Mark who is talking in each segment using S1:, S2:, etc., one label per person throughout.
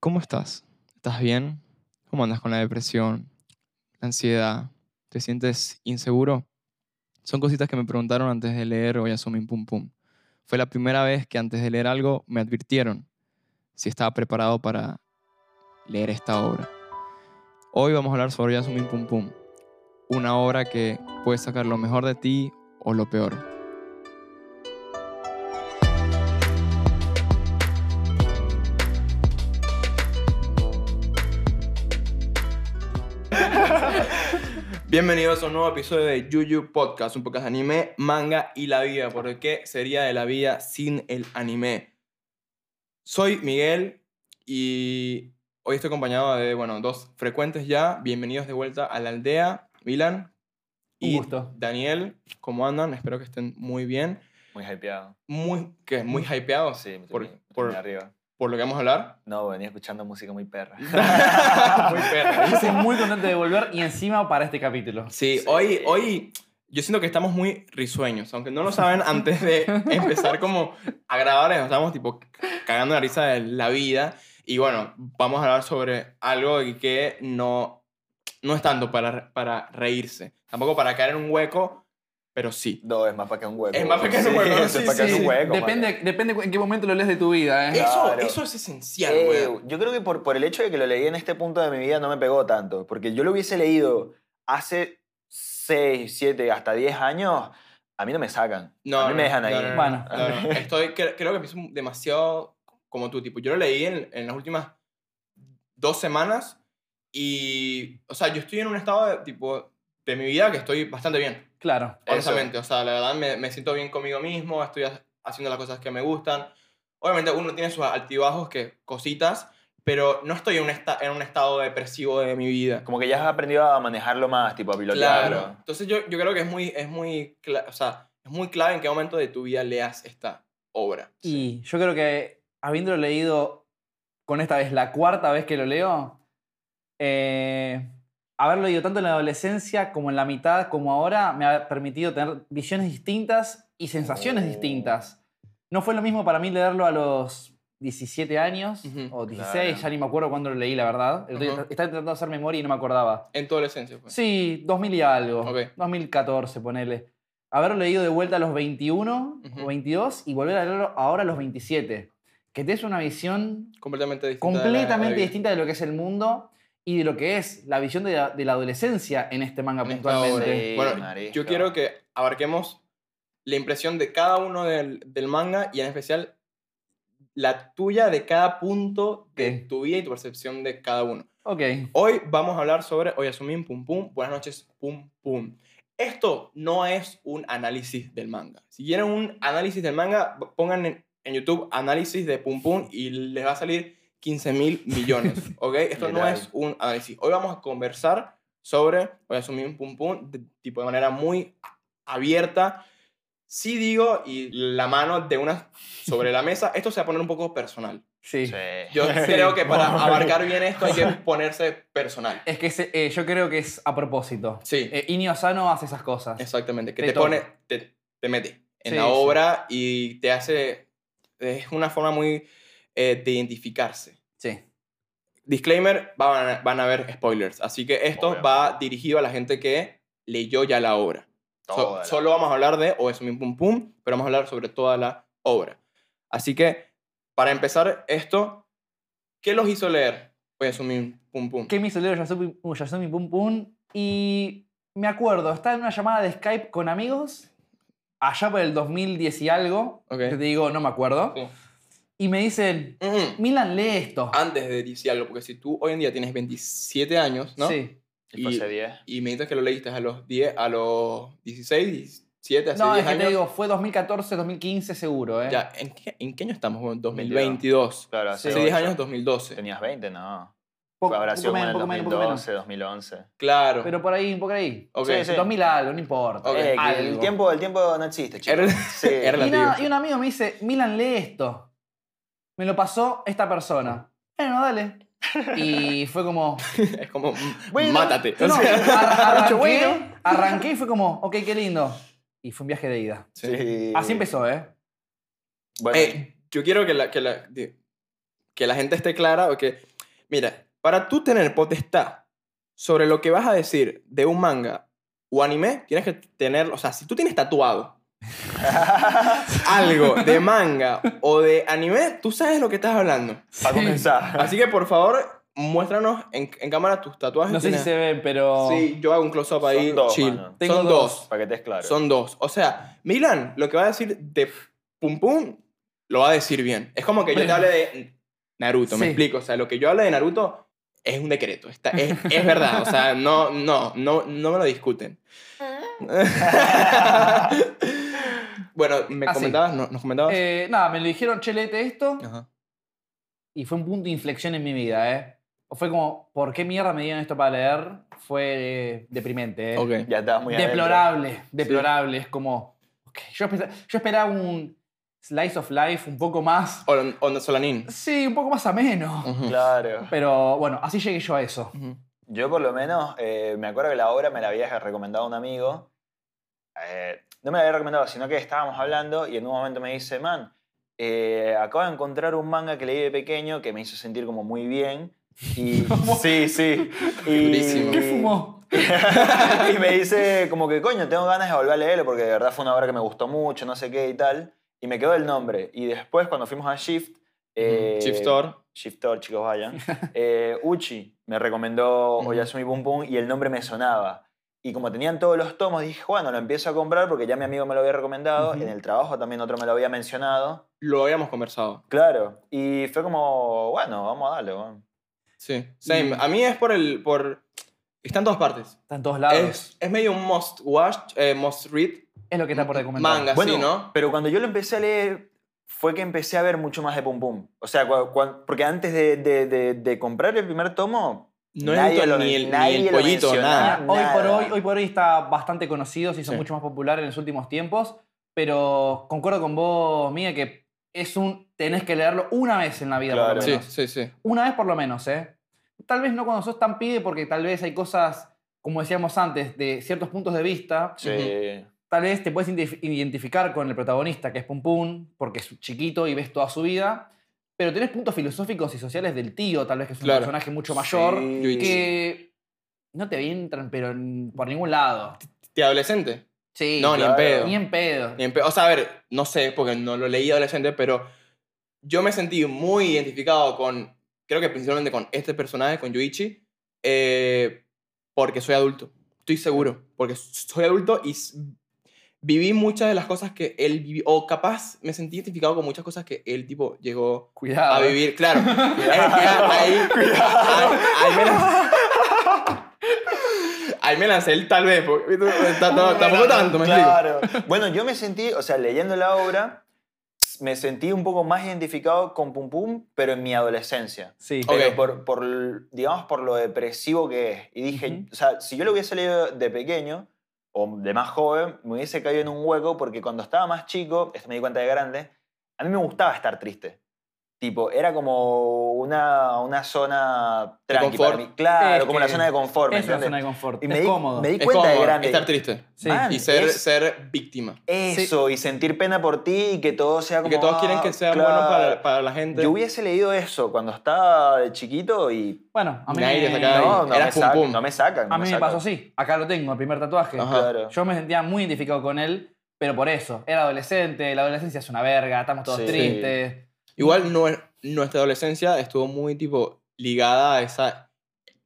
S1: ¿Cómo estás? ¿Estás bien? ¿Cómo andas con la depresión? ¿La ansiedad? ¿Te sientes inseguro? Son cositas que me preguntaron antes de leer Hoy Asumim Pum Pum. Fue la primera vez que antes de leer algo me advirtieron si estaba preparado para leer esta obra. Hoy vamos a hablar sobre Yasumín Pum Pum, una obra que puede sacar lo mejor de ti o lo peor.
S2: Bienvenidos a un nuevo episodio de Yuyu Podcast, un podcast de anime, manga y la vida, porque ¿qué sería de la vida sin el anime? Soy Miguel y hoy estoy acompañado de, bueno, dos frecuentes ya. Bienvenidos de vuelta a la aldea, Milan
S3: Un
S2: y
S3: gusto.
S2: Daniel. ¿Cómo andan? Espero que estén muy bien.
S3: Muy hypeado.
S2: Muy, que muy hypeados
S3: Sí, me
S2: por-
S3: terminé- me
S2: por-
S3: terminé arriba.
S2: por lo que vamos a hablar.
S3: No, venía escuchando música muy perra.
S2: muy perra.
S3: Yo Estoy muy contento de volver y encima para este capítulo.
S2: Sí, hoy, hoy yo siento que estamos muy risueños, aunque no lo saben antes de empezar como a grabar, nos estamos tipo cagando la risa de la vida y bueno, vamos a hablar sobre algo que no, no es tanto para, para reírse, tampoco para caer en un hueco, pero sí.
S4: No, es más para que un hueco.
S2: Es más para que un
S4: Sí,
S2: hueco,
S4: es
S2: sí,
S4: para que
S2: sí,
S4: un
S2: sí.
S4: hueco.
S3: Depende,
S4: marico.
S3: depende en qué momento lo lees de tu vida, ¿eh?
S2: Eso,
S4: Claro.
S2: eso es esencial,
S4: Eh,
S2: weón.
S4: yo creo que por, por el hecho de que lo leí en este punto de mi vida no me pegó tanto. Porque yo lo hubiese leído hace 6, 7, hasta 10 años, a mí no me sacan.
S2: No,
S4: a mí
S2: no,
S4: me dejan
S2: no,
S4: ahí.
S2: no, no,
S3: Bueno.
S2: no, no, no. Estoy, cre- creo que me hizo demasiado como tú, tipo. Yo lo leí en, en las últimas dos semanas y, o sea, yo estoy en un estado de, tipo, de mi vida que estoy bastante bien,
S3: Claro.
S2: honestamente. O sea, la verdad me, me siento bien conmigo mismo, estoy ha- haciendo las cosas que me gustan. Obviamente uno tiene sus altibajos, que cositas, pero no estoy en un, esta- en un estado depresivo de mi vida.
S4: Como que ya has aprendido a manejarlo más, tipo a pilotearlo.
S2: Claro. Entonces yo, yo creo que es muy, es muy, cla- o sea, es muy clave en qué momento de tu vida leas esta obra.
S3: Y yo creo que habiéndolo leído con esta vez, la cuarta vez que lo leo, eh, haberlo leído tanto en la adolescencia como en la mitad como ahora me ha permitido tener visiones distintas y sensaciones
S4: Oh.
S3: distintas. No fue lo mismo para mí leerlo a los 17 años
S2: Ujú,
S3: o 16,
S4: claro.
S3: ya ni me acuerdo cuándo lo leí, la verdad. Estoy-
S2: Ujú.
S3: Estaba intentando hacer memoria y no me acordaba.
S2: En tu adolescencia, pues.
S3: Sí, 2000 y algo.
S2: Ok.
S3: 2014, ponele. Haberlo leído de vuelta a los 21
S2: Ujú.
S3: o 22 y volver a leerlo ahora a los 27. Que te es una visión
S2: Completamente distinta. de la- de la
S3: completamente
S2: vida.
S3: distinta de lo que es el mundo y de lo que es la visión de la, de la adolescencia en este manga
S2: En esta
S3: puntualmente.
S2: obra. Bueno,
S4: marisco.
S2: Yo quiero que abarquemos la impresión de cada uno del, del manga y en especial la tuya de cada punto de
S3: Ok.
S2: tu vida y tu percepción de cada uno.
S3: Ok.
S2: Hoy vamos a hablar sobre Hoy Asumín Pum Pum, Buenas noches Pum Pum. Esto no es un análisis del manga. Si quieren un análisis del manga, pongan en, en YouTube análisis de Pum Pum y les va a salir 15 mil millones. ¿Ok? Esto no
S4: Literal.
S2: es un análisis. Hoy vamos a conversar sobre Hoy Asumín Pum Pum de, tipo de manera muy abierta. Sí digo, y la mano de una sobre la mesa, esto se va a poner un poco personal.
S3: Sí.
S4: Sí.
S2: Yo
S3: Sí.
S2: creo que para abarcar bien esto hay que ponerse personal.
S3: Es que se- eh, yo creo que es a propósito.
S2: Sí,
S3: Eh, Inio Asano hace esas cosas.
S2: exactamente. Que
S3: de
S2: te
S3: todo.
S2: pone, te, te mete en
S3: Sí,
S2: la
S3: sí.
S2: obra y te hace. Es una forma muy eh, de identificarse.
S3: Sí.
S2: Disclaimer: van a, van a haber spoilers. Así que esto va
S4: Obviamente.
S2: dirigido a la gente que leyó ya la obra. So-
S4: Toda la-
S2: solo vamos a hablar de O eso mi pum pum, pero vamos a hablar sobre toda la obra. Así que, para empezar esto, ¿qué los hizo leer? O eso mi pum pum.
S3: que me hizo leer Yasumi, uh, Yasumi Pum Pum. Y me acuerdo, estaba en una llamada de Skype con amigos, allá por el 2010 y algo.
S2: Ok.
S3: Yo te digo, no me acuerdo.
S2: Sí.
S3: Y me dicen,
S2: Mm, mm.
S3: Milan, lee esto.
S2: Antes de decir algo, porque si tú hoy en día tienes 27 años, ¿no?
S3: Sí.
S4: Y fue
S2: y-
S4: hace 10.
S2: Y me dices que lo leíste a los 10, a los 16, 17, hace
S3: No, es
S2: 10
S3: que
S2: años.
S3: te digo, fue 2014, 2015 seguro, ¿eh?
S2: Ya, ¿en qué, en qué año estamos? Bueno, 2022.
S4: Claro,
S2: Hace
S4: hace
S2: 10
S4: ocho.
S2: años, 2012.
S4: Tenías 20, no.
S3: Poco,
S4: Habrá
S3: poco
S4: sido como en
S3: menos,
S4: el
S3: poco menos, poco menos.
S4: 2012, 2011.
S2: Claro.
S3: Pero por ahí, por ahí.
S2: Ok.
S4: Sí, sí.
S3: 2000 algo, no importa.
S2: Ok.
S4: Eh, que el,
S3: algo. Er-
S4: tiempo, el tiempo no existe, chicos.
S2: Es-
S4: Sí.
S2: es
S3: Y,
S2: relativo.
S3: nada, y un amigo me dice, Milan, lee esto. Me lo pasó esta persona. Bueno, dale. Y fue como,
S2: es como, mm,
S4: Bueno,
S2: mátate.
S3: No,
S2: O sea,
S3: arra- arranqué,
S4: Mucho bueno.
S3: arranqué y fue como, ok, qué lindo. Y fue un viaje de ida.
S2: sí.
S4: Sí.
S3: Así empezó, ¿eh?
S4: Bueno,
S2: Eh, yo quiero que la, que, la, di- que la gente esté clara o que Mira, para tú tener potestad sobre lo que vas a decir de un manga o anime, tienes que tener, o sea, si tú tienes tatuado algo de manga o de anime, tú sabes lo que estás hablando.
S4: Para comenzar.
S2: Así que por favor, muéstranos en, en cámara tus tatuajes.
S3: No sé si
S2: Tienes-
S3: se ven, pero.
S2: Sí, yo hago un close-up
S4: Son
S2: ahí.
S4: dos,
S2: chill.
S4: mano.
S3: Tengo
S2: Son
S3: dos.
S2: dos.
S4: Para que estés claro.
S2: Son dos. O sea, Milan, lo que va a decir de Pum Pum, lo va a decir bien. Es como que yo te
S3: Bueno.
S2: hable de Naruto, me
S3: Sí.
S2: explico. O sea, lo que yo hable de Naruto es un decreto. Está, es, es verdad. O sea, no, no, no, no me lo discuten. bueno, me
S3: Ah, sí.
S2: comentabas, no- nos comentabas.
S3: Eh, nada, me lo dijeron, che, léete esto.
S2: Ajá.
S3: Y fue un punto de inflexión en mi vida, ¿eh? Fue como, ¿por qué mierda me dieron esto para leer? Fue eh, deprimente, ¿eh?
S2: Ok.
S4: Ya estabas muy adentro.
S3: deplorable, deplorable. Es como, ok, yo, pensaba- yo esperaba un slice of life un poco más,
S2: O- Onda Solanin.
S3: sí, un poco más ameno.
S2: Ujú.
S4: Claro.
S3: Pero bueno, así llegué yo a eso.
S2: Ujú.
S4: Yo por lo menos eh, me acuerdo que la obra me la había recomendado un amigo. Eh, no me la había recomendado, sino que estábamos hablando y en un momento me dice, man, eh, acabo de encontrar un manga que leí de pequeño que me hizo sentir como muy bien. Y, sí, sí. Y,
S2: Durísimo.
S3: ¿Qué fumó?
S4: y me dice como que, coño, tengo ganas de volver a leerlo porque de verdad fue una obra que me gustó mucho, no sé qué y tal. Y me quedó el nombre. Y después cuando fuimos a Shift... eh,
S2: Chief Store.
S4: Shiftor, chicos, vayan. Eh, Uchi me recomendó
S2: Ujú.
S4: Oyasumi Pum Pum y el nombre me sonaba. Y como tenían todos los tomos, dije, bueno, lo empiezo a comprar porque ya mi amigo me lo había recomendado.
S2: Ujú.
S4: En el trabajo también otro me lo había mencionado.
S2: Lo habíamos conversado.
S4: Claro. Y fue como, bueno, vamos a darle, weón.
S2: Sí. Same. A mí es por el. Por... Está en todas partes.
S3: Está en todos lados.
S2: Es,
S3: Es,
S2: es medio un must watch, eh, must read
S3: lo que está por recomendar.
S2: manga,
S4: Bueno,
S2: sí, ¿no?
S4: Pero cuando yo lo empecé a leer, fue que empecé a ver mucho más de Pum Pum. O sea, cua- cua- porque antes de, de- de- de comprar el primer tomo,
S2: No he
S4: nadie
S2: visto
S4: lo
S2: ni el, ni
S4: nadie
S2: el
S4: lo
S2: pollito,
S4: mencionaba.
S2: nada.
S3: Hoy por
S4: nada.
S3: hoy, hoy por hoy está bastante conocido, se hizo
S2: Sí.
S3: mucho más popular en los últimos tiempos, pero concuerdo con vos, Mía, que es un tenés que leerlo una vez en la vida, por
S4: Claro.
S3: lo
S2: Sí,
S3: menos.
S2: sí, sí.
S3: Una vez por lo menos, ¿eh? Tal vez no cuando sos tan pibe, porque tal vez hay cosas, como decíamos antes, de ciertos puntos de vista.
S4: sí.
S3: Tal vez te puedes identif- identificar con el protagonista, que es Pum Pum, porque es chiquito y ves toda su vida. Pero tenés puntos filosóficos y sociales del tío, tal vez que es un
S2: Claro.
S3: personaje mucho mayor,
S4: Sí.
S2: Yuichi.
S3: que no te entran, pero en- por ningún lado.
S2: ¿De adolescente?
S3: Sí,
S2: no,
S4: claro.
S2: ni en pedo.
S3: ni en pedo.
S2: Ni en pe- O sea, a ver, no sé, porque no lo leí adolescente, pero yo me sentí muy identificado con, creo que principalmente con este personaje, con Yuichi, eh, porque soy adulto. Estoy seguro, porque soy adulto y s- viví muchas de las cosas que él vivió, o capaz me sentí identificado con muchas cosas que él, tipo, llegó
S3: Cuidado.
S2: a
S3: eh.
S2: vivir, claro. Eh, ya, ahí, ahí- ahí me lancé. Ahí me lancé el tal vez. porque- no, no, tampoco tanto, me explico.
S4: claro. Bueno, yo me sentí, o sea, leyendo la obra, me sentí un poco más identificado con Pum Pum, pero en mi adolescencia.
S3: Sí.
S2: Ok.
S4: Pero por, por, l- digamos, por lo depresivo que es. Y dije,
S3: Ujú.
S4: o sea, si yo lo hubiese leído de pequeño o de más joven, me hubiese caído en un hueco porque cuando estaba más chico, esto me di cuenta de grande, a mí me gustaba estar triste. Tipo, era como una, una zona
S2: De
S4: tranqui para
S2: confort.
S4: mí. Claro,
S3: Es
S4: como la
S3: que
S4: zona de confort, ¿me
S3: Es una
S4: entiendes?
S3: zona de confort.
S4: Y
S3: es
S4: me di,
S3: cómodo.
S4: me di
S2: Es
S4: cuenta de
S2: como
S4: grande.
S2: estar triste
S3: Sí.
S4: Man,
S2: y ser,
S4: es-
S2: ser víctima.
S4: Eso, y sentir pena por ti y que todo sea
S2: Y
S4: como.
S2: que todos quieren
S4: "Ah,
S2: que sea
S4: claro".
S2: bueno para, para la gente.
S4: Yo hubiese leído eso cuando estaba de chiquito y.
S3: Bueno, a mí,
S2: Nadie te
S3: me,
S2: saca
S4: No,
S2: Ay,
S4: no, me
S2: eras Pum
S4: sacan,
S2: Pum.
S4: no me sacan. no
S3: a mí me
S4: sacan.
S3: pasó así. Acá lo tengo, el primer tatuaje.
S2: Ajá.
S4: Claro.
S3: Yo me sentía muy identificado con él, pero por eso. Era adolescente, la adolescencia es una verga, estamos todos
S4: Sí.
S3: tristes.
S2: Igual no, nuestra adolescencia estuvo muy tipo ligada a esa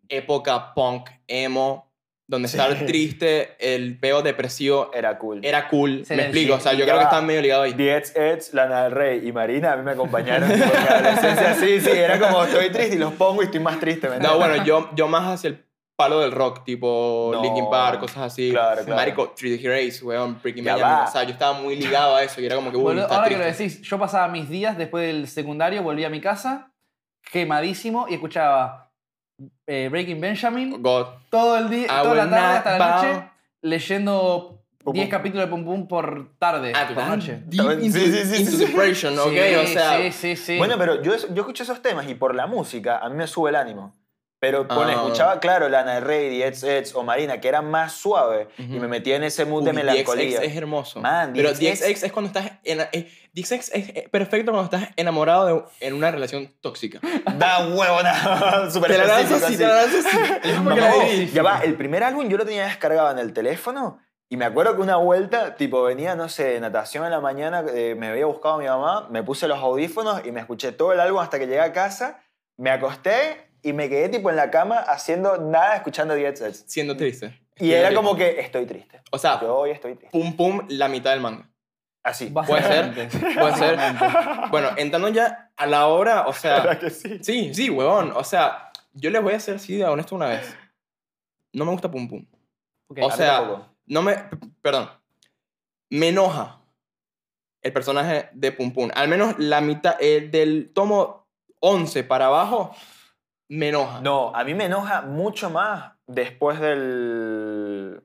S2: época punk, emo, donde
S4: Sí.
S2: estar triste, el peo depresivo
S4: Era cool.
S2: era cool.
S3: Sí,
S2: me
S3: sí.
S2: explico, o sea, yo creo que
S4: Ya.
S2: están medio ligados ahí.
S4: Diez Eds, Lana del Rey y Marina a mí me acompañaron por mi adolescencia. Sí, sí, era como estoy triste y los pongo y estoy más triste. ¿me
S2: No,
S4: entiendes?
S2: bueno, yo, yo más hacia el palo del rock, tipo
S4: No.
S2: Linkin Park, cosas así.
S4: Claro, claro.
S2: Marico, 3D Race, weón, Breaking
S4: Ya
S2: Benjamin.
S4: va.
S2: O sea, yo estaba muy ligado a eso y era como que, uy,
S3: Boludo,
S2: está
S3: ahora que lo
S2: triste.
S3: decís, yo pasaba mis días después del secundario, volví a mi casa, quemadísimo, y escuchaba eh, Breaking Benjamin
S2: God.
S3: todo el día,
S2: I
S3: toda la
S2: will
S3: tarde
S2: not
S3: hasta la
S2: bow.
S3: noche, leyendo
S4: Pum,
S3: 10
S4: pum.
S3: capítulos de Pum Pum por tarde,
S2: Ah, tú
S3: por
S2: tan
S3: noche.
S2: deep into,
S4: Sí, sí, sí,
S2: into
S4: sí.
S2: depression, ok,
S3: Sí,
S2: o sea.
S3: sí, sí, sí.
S4: Bueno, pero yo, yo escucho esos temas y por la música a mí me sube el ánimo. Pero pone,
S2: Ah.
S4: escuchaba, claro, Lana del Rey, Diez Eds o Marina, que eran más suave. Y me
S2: Ujú.
S4: metía en ese mood de
S2: Uy,
S4: melancolía.
S2: DXX es hermoso.
S4: Man,
S2: pero
S4: DXX.
S2: DXX es cuando estás. En, eh, DXX es eh, perfecto cuando estás enamorado de, en una relación tóxica.
S4: Da huevo, nada. Super
S2: Te la lanzas
S4: específico,
S2: y
S4: así.
S2: te la lanzas y- es como que la
S4: No,
S2: dirigí.
S4: ya va, el primer álbum yo lo tenía descargado en el teléfono y me acuerdo que una vuelta, tipo, venía, no sé, de natación en la mañana, eh, me había buscado mi mamá, me puse los audífonos y me escuché todo el álbum hasta que llegué a casa, me acosté y me quedé, tipo, en la cama haciendo nada, escuchando Dead Sets.
S2: Siendo triste.
S4: Y era como que, estoy triste.
S2: O sea,
S4: Yo hoy estoy triste.
S2: pum pum, la mitad del manga.
S4: Así.
S2: Puede ser,
S3: Básicamente.
S2: puede ser.
S3: Básicamente.
S2: Bueno, entrando ya a la obra, o sea.
S4: ¿Verdad que sí?
S2: Sí, sí, huevón. O sea, yo les voy a ser así de honesto una vez. No me gusta pum pum.
S3: Ok,
S2: O
S4: A mí
S2: sea,
S4: tampoco.
S2: No me. p- Perdón. Me enoja el personaje de Pum Pum. Al menos la mitad. eh, del tomo 11 para abajo, me enoja.
S4: No, a mí me enoja mucho más después del...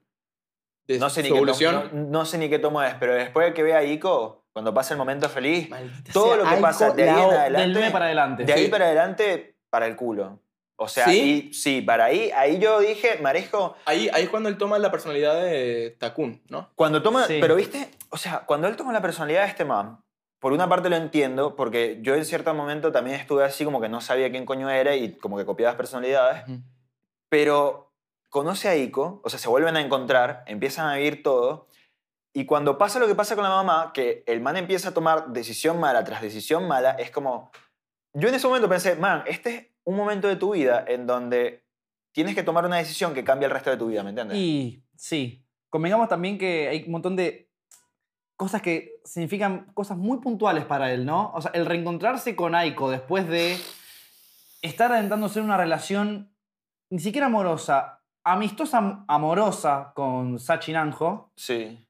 S2: De
S4: No sé, ni
S2: su
S4: qué
S2: evolución.
S4: tomo, no, no sé ni qué tomo es, pero después de que vea a Ico, cuando pasa el momento feliz,
S2: Maldita
S4: todo
S2: sea,
S4: lo que
S2: Aiko,
S4: pasa de ahí
S2: la
S4: en
S2: o-
S4: adelante,
S3: Del meme para adelante.
S4: de ahí
S2: Sí.
S4: para adelante, para el culo. O sea,
S2: ¿Sí?
S4: ¿Sí? sí, para ahí, ahí yo dije, Marejo,
S2: Ahí, ahí es cuando él toma la personalidad de Takun, ¿no?
S4: cuando toma,
S3: Sí.
S4: pero viste, o sea, cuando él toma la personalidad de este man, por una parte lo entiendo, porque yo en cierto momento también estuve así como que no sabía quién coño era y como que copiaba las personalidades, pero conoce a Ico, o sea, se vuelven a encontrar, empiezan a vivir todo, y cuando pasa lo que pasa con la mamá, que el man empieza a tomar decisión mala tras decisión mala, es como, yo en ese momento pensé, man, este es un momento de tu vida en donde tienes que tomar una decisión que cambia el resto de tu vida, ¿me entiendes?
S3: Y sí, convengamos también que hay un montón de cosas que significan cosas muy puntuales para él, ¿no? O sea, el reencontrarse con Aiko después de estar adentrándose en una relación ni siquiera amorosa, amistosa am- amorosa con Sachi Nanjo,
S4: Sí.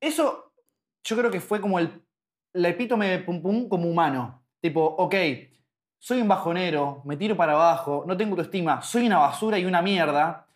S3: eso yo creo que fue como el, la epítome de Pum Pum como humano. Tipo, ok, soy un bajonero, me tiro para abajo, no tengo autoestima, soy una basura y una mierda,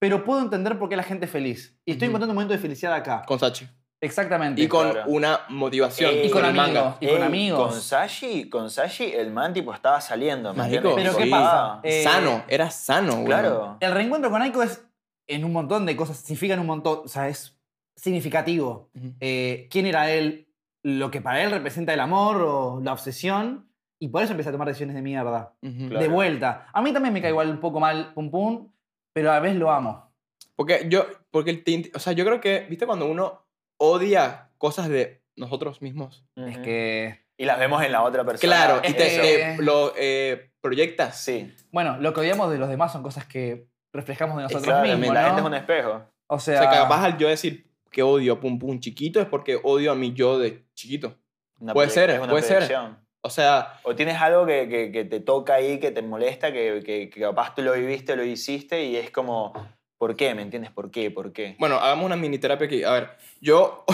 S3: pero puedo entender por qué la gente es feliz. Y estoy
S2: Ujú.
S3: encontrando un momento de felicidad acá.
S2: Con Sachi.
S3: Exactamente.
S2: Y con
S4: claro.
S2: una motivación.
S4: Ey,
S2: y con el
S3: amigos.
S2: manga.
S3: Y con
S4: Ey,
S3: amigos.
S4: Con Sashi, con Sashi, el man tipo estaba saliendo. ¿me
S2: Marico,
S4: entiendes?
S3: pero ¿qué
S4: Sí.
S3: pasa?
S4: Ah,
S3: Eh,
S2: sano, era sano, güey.
S4: Claro.
S3: El reencuentro con Aiko es en un montón de cosas, significa en un montón, o sea, es significativo. eh, quién era él, lo que para él representa el amor o la obsesión, y por eso empecé a tomar decisiones de mierda.
S4: Claro.
S3: De vuelta. A mí también me cae igual un poco mal Pum Pum, pero a la vez lo amo.
S2: Porque yo, porque el tinte- o sea, yo creo que, viste, cuando uno odia cosas de nosotros mismos.
S3: Es
S4: Ujú.
S3: que...
S4: Y las vemos en la otra persona.
S2: Claro, y
S3: es
S2: te,
S3: que-
S4: Eso.
S2: te lo eh, proyectas.
S4: Sí.
S3: Bueno, lo que odiamos de los demás son cosas que reflejamos de nosotros
S4: Claro,
S3: mismos,
S4: la
S3: ¿no?
S4: gente es un espejo.
S3: O
S2: O
S3: sea...
S4: Ah.
S2: sea, capaz al yo decir que odio a Pum Pum chiquito es porque odio a mi yo de chiquito.
S4: Una
S2: Puede
S4: proye-
S2: ser,
S4: es una
S2: puede ser.
S4: proyección.
S2: O sea,
S4: O tienes algo que, que- que te toca ahí, que te molesta, que, que- que capaz tú lo viviste, lo hiciste y es como, ¿por qué? ¿Me entiendes? ¿Por qué? ¿Por qué?
S2: bueno, hagamos una mini terapia aquí. A ver, yo.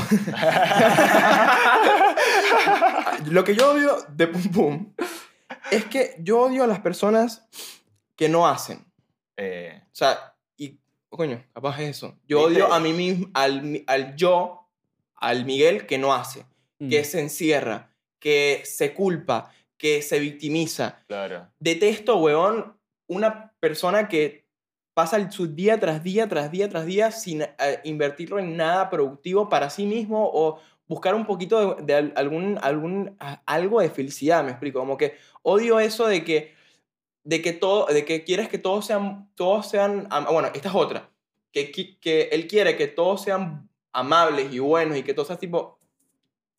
S2: lo que yo odio de Pum Pum es que yo odio a las personas que no hacen.
S4: Eh,
S2: O sea, y coño, capaz es eso. Yo
S4: ¿Viste?
S2: odio a mí mismo, al, mi- al yo, al Miguel que no hace,
S3: Mm.
S2: que se encierra, que se culpa, que se victimiza.
S4: claro.
S2: Detesto, weón, una persona que pasa el- su día tras día, tras día, tras día, sin eh, invertirlo en nada productivo para sí mismo o buscar un poquito de, de al- algún, algún, a- algo de felicidad, me explico. Como que odio eso de que, de que, todo, de que quieres que todos sean, todos sean, am- bueno, esta es otra, que, qui- que él quiere que todos sean amables y buenos y que todos sean tipo,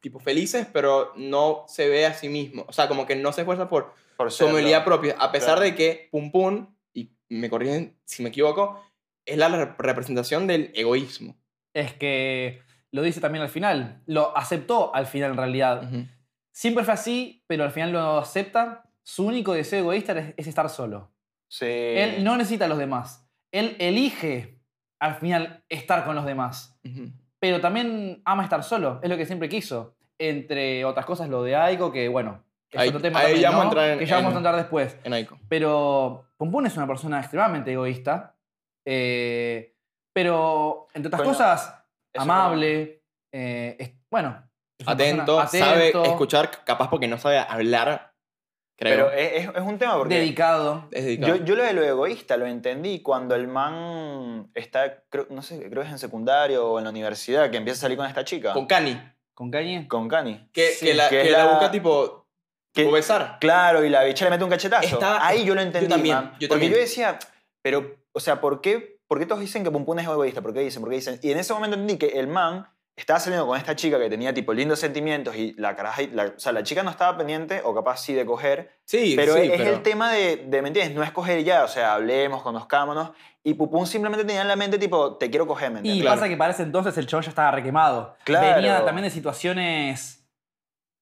S2: tipo felices, pero no se ve a sí mismo. O sea, como que no se esfuerza por
S4: Por
S2: su
S4: serlo.
S2: humildad propia, a pesar
S4: Claro.
S2: de que Pum Pum, y me corrigen si me equivoco, es la re- representación del egoísmo.
S3: Es que lo dice también al final. Lo aceptó al final, en realidad. Siempre fue así, pero al final lo acepta. Su único deseo egoísta es- es estar solo.
S4: Sí.
S3: Él no necesita a los demás. Él elige al final estar con los demás.
S2: Ujú.
S3: Pero también ama estar solo. Es lo que siempre quiso. Entre otras cosas, lo de Aiko, que bueno, es
S2: Ahí-
S3: otro tema
S2: ahí
S3: también,
S2: ya vamos
S3: ¿no?
S2: a entrar en-
S3: que ya vamos a
S2: en-
S3: entrar después.
S2: En Aiko.
S3: Pero Pum Pum es una persona extremadamente egoísta. eh, pero, entre otras
S4: Bueno,
S3: cosas,
S4: Eso
S3: amable. eh, es- bueno. es una
S2: Atento,
S3: persona-
S2: sabe
S3: atento.
S2: escuchar, capaz porque no sabe hablar, creo.
S4: Pero es, es- es un tema porque...
S3: Dedicado.
S2: es dedicado.
S4: Yo, yo lo de lo egoísta lo entendí cuando el man está, creo- no sé, creo que es en secundario o en la universidad, que empieza a salir con esta chica.
S2: Con Cani.
S3: ¿Con Kanye?
S4: Con Cani.
S2: Que,
S3: Sí,
S2: que la,
S4: que
S2: que
S4: es
S2: la
S4: la-
S2: busca tipo,
S4: Que-
S2: tipo besar.
S4: Claro, y la bicha le mete un cachetazo.
S2: Estaba-
S4: Ahí yo lo entendí.
S2: también,
S4: man.
S2: yo
S4: porque
S2: también.
S4: yo decía, pero, o sea, ¿por qué, por qué todos dicen que Pum Pum es egoísta? ¿Por qué dicen? ¿Por qué dicen? Y en ese momento entendí que el man estaba saliendo con esta chica que tenía tipo lindos sentimientos y la caraja, la- o sea, la chica no estaba pendiente o capaz sí de coger,
S2: Sí,
S4: pero
S2: sí,
S4: es, es
S2: pero...
S4: el tema de, de, ¿me entiendes? No es coger y ya, o sea, hablemos, conozcámonos. Y Pupún simplemente tenía en la mente, tipo, te quiero coger, ¿me
S3: Y
S4: entiendes?
S2: Claro.
S3: pasa que para ese entonces el chabón ya estaba requemado.
S4: Claro.
S3: Venía también de situaciones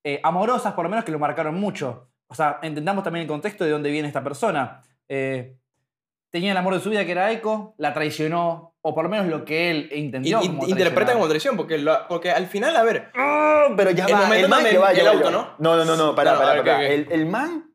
S3: eh, amorosas, por lo menos, que lo marcaron mucho. O sea, entendamos también el contexto de dónde viene esta persona. Eh, tenía el amor de su vida que era Eco, la traicionó, o por lo menos lo que él
S2: Y-
S3: entendió.
S2: y-
S3: como
S2: interpreta
S3: traicionar.
S2: como traición, porque, lo- porque al final, a ver,
S4: Ah, pero ya
S2: El
S4: va,
S2: momento
S4: el man
S2: donde
S4: que va,
S2: el
S4: ya va,
S2: auto,
S4: ya va. No, no, no, no, pará,
S2: No, no,
S4: pará,
S2: a ver,
S4: pará.
S2: ¿qué, qué?
S4: El, el man,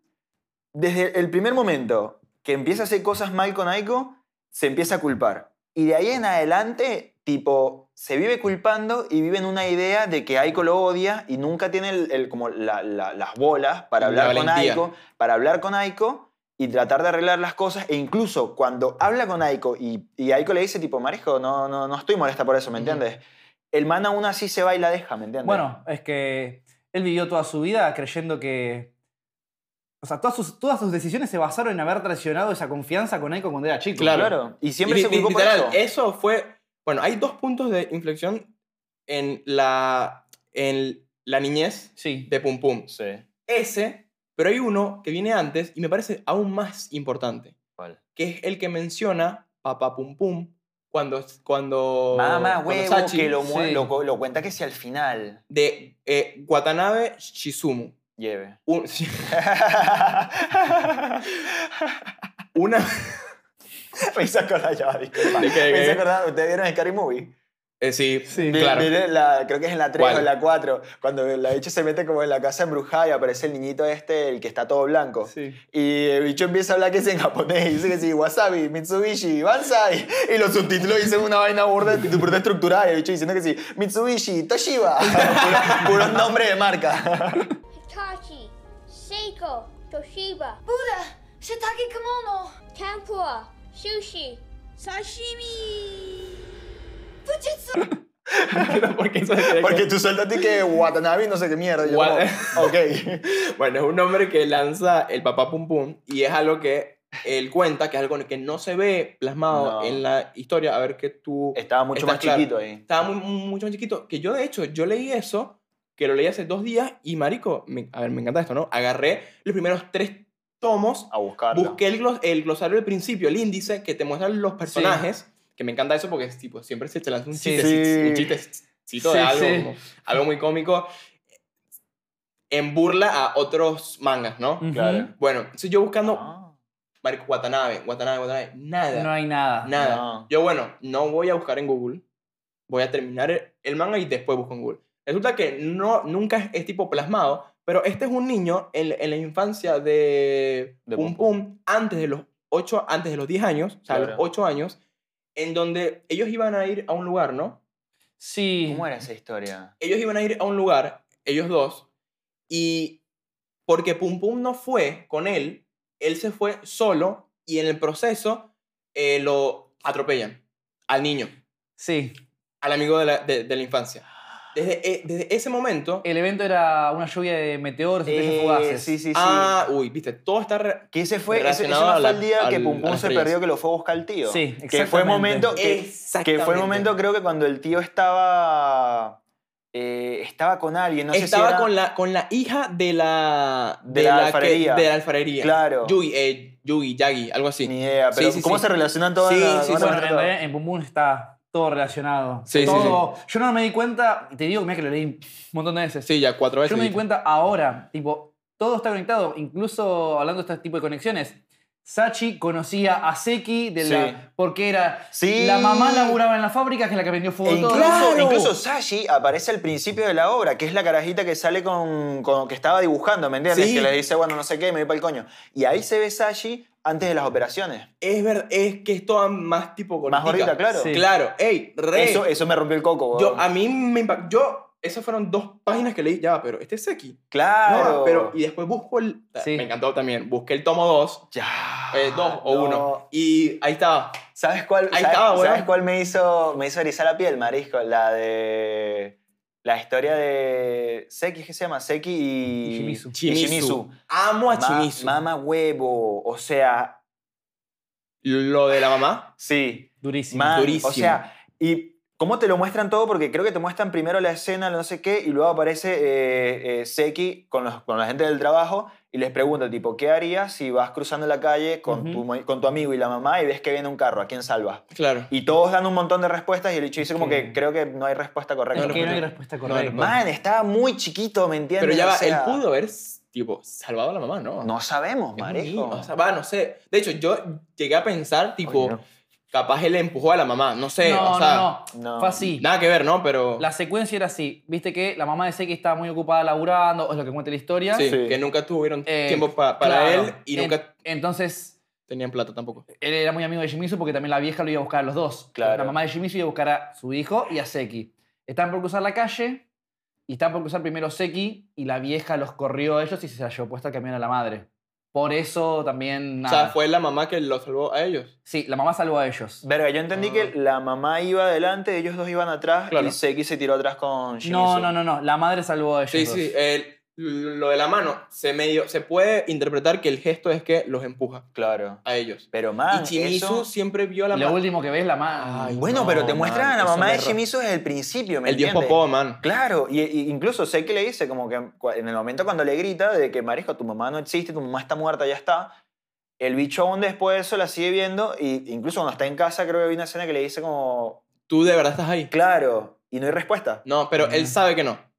S4: desde el primer momento que empieza a hacer cosas mal con Aiko, se empieza a culpar. Y de ahí en adelante, tipo, se vive culpando y vive en una idea de que Aiko lo odia y nunca tiene el, el- como la- la- las bolas para
S2: La
S4: hablar con
S2: valentía.
S4: Aiko, para hablar con Aiko y tratar de arreglar las cosas. E incluso cuando habla con Aiko y, y Aiko le dice, tipo, Marejo, no, no, no estoy molesta por eso, ¿me
S2: Ujú.
S4: entiendes? El man aún así se va y la deja, ¿me entiendes?
S3: Bueno, es que él vivió toda su vida creyendo que. O sea, todas sus, todas sus decisiones se basaron en haber traicionado esa confianza con Eiko cuando era chico.
S2: Claro.
S4: Y siempre
S2: Y
S4: se
S2: li- li-
S4: culpó por
S2: literal,
S4: eso.
S2: eso fue. Bueno, hay dos puntos de inflexión en la, en la niñez
S3: Sí.
S2: de Pum Pum.
S4: Sí.
S2: Ese, pero hay uno que viene antes y me parece aún más importante,
S4: ¿Cuál?
S2: que es el que menciona Papá Pum Pum cuando. cuando
S4: Mamá,
S2: cuando
S4: huevo,
S2: Sachi-
S4: que lo, mue-
S3: sí.
S4: lo, co- lo cuenta que si al final
S2: De eh, Watanabe Shizumu.
S4: lleve.
S2: Un- una.
S4: Me hice acordar, ya va, disculpa.
S2: ¿De qué, de
S4: Me hice
S2: qué?
S4: acordar, ¿ustedes vieron Scary Movie?
S2: eh, sí,
S3: Sí.
S4: De-
S2: claro.
S4: de la- creo que es en la 3
S2: ¿Cuál?
S4: o en la 4, cuando la bicha se mete como en la casa embrujada y aparece el niñito este, el que está todo blanco.
S3: Sí.
S4: Y el bicho empieza a hablar que es en japonés y dice que sí, wasabi, Mitsubishi, Banzai. Y los subtítulos dicen una vaina burda, burda estructurada. Y el bicho diciendo que sí, Mitsubishi, Toshiba. Puro- Puros nombres de marca.
S5: Hitachi, Seiko, Toshiba,
S6: shiitake kimono
S5: Tempura, Sushi, Sashimi.
S2: ¿Por qué eso se tiene que-
S4: Porque tú soltaste que Watanabe no sé qué mierda. y Yo
S2: Wat-
S4: como, ok.
S2: Bueno, es un nombre que lanza el papá Pum Pum y es algo que él cuenta, que es algo que no se ve plasmado
S4: No.
S2: en la historia. A ver que tú...
S4: Estaba mucho
S2: Está
S4: más
S2: claro.
S4: chiquito ahí.
S2: Estaba muy, muy- mucho más chiquito. Que yo, de hecho, yo leí eso, que lo leí hace dos días y, marico, me- a ver, me encanta esto, ¿no? Agarré los primeros tres tomos,
S4: A buscarlo.
S2: busqué el, glos- el glosario del principio, el índice, que te muestran los personajes, que me encanta eso porque es tipo, siempre se te lanza un
S3: Sí.
S2: chiste,
S4: Sí.
S2: un chistecito
S3: Sí,
S2: de algo,
S3: sí.
S2: como algo muy cómico, en burla a otros mangas, ¿no?
S4: Claro.
S2: Bueno, entonces yo buscando
S4: No.
S2: Marico Watanabe, Watanabe, Watanabe, nada,
S3: Ah. No hay nada.
S2: nada.
S4: No.
S2: Yo, bueno, no voy a buscar en Google, voy a terminar el, el manga y después busco en Google. Resulta que no, nunca es, es tipo plasmado, pero este es un niño en, la- en la infancia de,
S4: De
S2: Pum
S4: Pum
S2: Pum, antes de los 8, antes de los 10 años, o sea, a los
S4: Claro.
S2: 8 años, en donde ellos iban a ir a un lugar, ¿no?
S3: Sí.
S4: ¿Cómo era esa historia?
S2: ellos iban a ir a un lugar, ellos dos, y porque Pum Pum no fue con él, él se fue solo y en el proceso eh, lo atropellan al niño,
S3: Sí.
S2: al amigo de la, de, de la infancia. Desde, eh, desde ese momento...
S3: El evento era una lluvia de meteoros y estrellas
S4: Eh,
S3: fugaces.
S4: sí, sí, sí.
S2: ah, uy, viste, todo está... re-
S4: Que ese fue, ese, ese no
S2: Relacionado a
S4: fue
S2: la-
S4: el día que
S2: al-
S4: Pum
S2: a
S4: Pum
S2: las
S4: se
S2: estrellas.
S4: perdió que lo fue a buscar el tío.
S3: Sí,
S4: Que fue el
S3: exactamente.
S4: momento que,
S2: Exactamente.
S4: que fue el momento creo que cuando el tío estaba eh, estaba con alguien, no
S2: Estaba
S4: sé si era...
S2: con, la, con la hija de la...
S4: De la
S2: que-
S4: alfarería.
S2: de la alfarería.
S4: Claro.
S2: Yugi, eh, Yugi, Yagi, algo así.
S4: Ni idea,
S2: Sí,
S4: pero
S2: sí,
S4: ¿cómo
S2: sí.
S4: se relacionan todas
S2: Sí,
S4: las-
S2: sí,
S4: van a
S2: sí.
S3: Bueno,
S4: ver
S3: en,
S4: todo?
S3: realidad en Pum Pum está todo relacionado.
S2: Sí, sí,
S3: Todo- Yo no me di cuenta, te digo, mira que lo leí un montón de veces.
S2: Sí, ya cuatro veces.
S3: Yo me di
S2: dije.
S3: cuenta ahora, tipo, todo está conectado, incluso hablando de este tipo de conexiones. Sachi conocía a Seki de la-
S4: Sí.
S3: porque era
S4: Sí.
S3: la mamá laburaba en la fábrica que es la que vendió fuego
S4: E
S3: todo.
S4: incluso,
S2: ¡Claro!
S4: incluso Sashi aparece al principio de la obra, que es la carajita que sale con, con que estaba dibujando, ¿me entiendes?
S2: Sí.
S4: Que le dice, bueno, no sé qué, me voy para el coño. Y ahí se ve Sashi antes de las operaciones.
S2: Es verdad, es que es toda más tipo
S4: Más
S2: gordita.
S4: gordita, claro.
S3: Sí.
S2: Claro, ey, re.
S4: Eso, eso me rompió el coco,
S2: yo,
S4: weón.
S2: a mí me impactó. Yo esas fueron dos páginas que leí. Ya, va, pero este es Seki.
S4: Claro.
S2: No, pero, y después busco el.
S3: Sí.
S2: Me encantó también. Busqué el tomo 2,
S4: Ya.
S2: Eh, dos o
S4: Ah, no.
S2: uno. Y ahí estaba.
S4: ¿Sabes cuál?
S2: Ahí
S4: sabes-
S2: estaba, weón.
S4: ¿Sabes cuál me hizo, me hizo erizar la piel, marisco? La de. La historia de. Seki, ¿qué se llama? Seki y.
S3: Y Shimizu.
S4: y Shimizu.
S2: Amo a
S4: Ma-
S2: Chimizu.
S4: Mama huevo. O sea,
S2: Lo de la mamá.
S4: sí.
S3: Durísimo.
S4: Man,
S2: Durísimo.
S4: O sea, y cómo te lo muestran todo, porque creo que te muestran primero la escena, no sé qué, y luego aparece eh, eh, Seki con, los, con la gente del trabajo y les pregunta, tipo, ¿qué harías si vas cruzando la calle con,
S3: Ujú.
S4: tu, mo- con tu amigo y la mamá y ves que viene un carro? ¿A quién salvas?
S2: Claro.
S4: Y todos dan un montón de respuestas y el bicho dice como
S3: Que-
S4: que creo que no hay respuesta correcta.
S3: Es
S2: no,
S3: que no
S2: no,
S3: hay
S2: no.
S3: respuesta
S2: no,
S3: correcta.
S2: no.
S4: Man, estaba muy chiquito, ¿me entiendes?
S2: Pero ya
S4: O
S2: va,
S4: sea,
S2: él pudo haber, tipo, salvado a la mamá, ¿no?
S4: No sabemos,
S2: Es un niño,
S4: marico.
S2: O sea, va, no sé. De hecho, yo llegué a pensar, tipo,
S4: Oye, no.
S2: capaz él empujó a la mamá. No sé,
S3: no,
S2: o sea.
S3: no, no,
S4: no.
S3: Fue así.
S2: Nada que ver, ¿no? Pero.
S3: La secuencia era así. Viste que la mamá de Seki estaba muy ocupada laburando, o es lo que cuenta la historia.
S2: sí,
S4: Sí.
S2: que nunca tuvieron
S3: Eh,
S2: tiempo pa- para
S3: claro.
S2: él y
S3: En-
S2: nunca
S3: entonces,
S2: tenían plata tampoco.
S3: él era muy amigo de Shimizu porque también la vieja lo iba a buscar a los dos.
S4: Claro.
S3: La mamá de Shimizu iba a buscar a su hijo y a Seki. Están por cruzar la calle y están por cruzar primero Seki y la vieja los corrió a ellos y se la llevó puesta al camión a la madre. Por eso también...
S2: O
S3: nada.
S2: sea, fue la mamá que lo salvó a ellos.
S3: Sí, la mamá salvó a ellos.
S4: Verga, yo entendí
S2: Ah.
S4: que la mamá iba adelante, ellos dos iban atrás
S2: Claro.
S4: y Seki se tiró atrás con Shimizu.
S3: No, no, no, no. La madre salvó a ellos.
S2: Sí,
S3: dos.
S2: sí. el- lo de la mano, se medio. Se puede interpretar que el gesto es que los empuja
S4: Claro.
S2: a ellos.
S4: Pero man,
S2: y Chimizu
S4: eso-
S2: siempre vio a la
S3: Lo
S2: mamá.
S3: último que ves la mano.
S2: Ay,
S4: Bueno,
S2: no,
S4: pero te
S2: man,
S4: muestran a la
S2: eso
S4: mamá
S2: me
S4: de
S2: ro-
S4: Shimizu desde el principio, ¿me
S2: El dios
S4: entiendes?
S2: Popó, man.
S4: Claro, y, e, y incluso sé que le dice como que cua- en el momento cuando le grita de que Marisco, tu mamá no existe, tu mamá está muerta, ya está. El bicho aún después de eso la sigue viendo y incluso cuando está en casa creo que hay una escena que le dice como,
S2: Tú de verdad estás ahí.
S4: claro, y no hay respuesta.
S2: No, pero él sabe que no.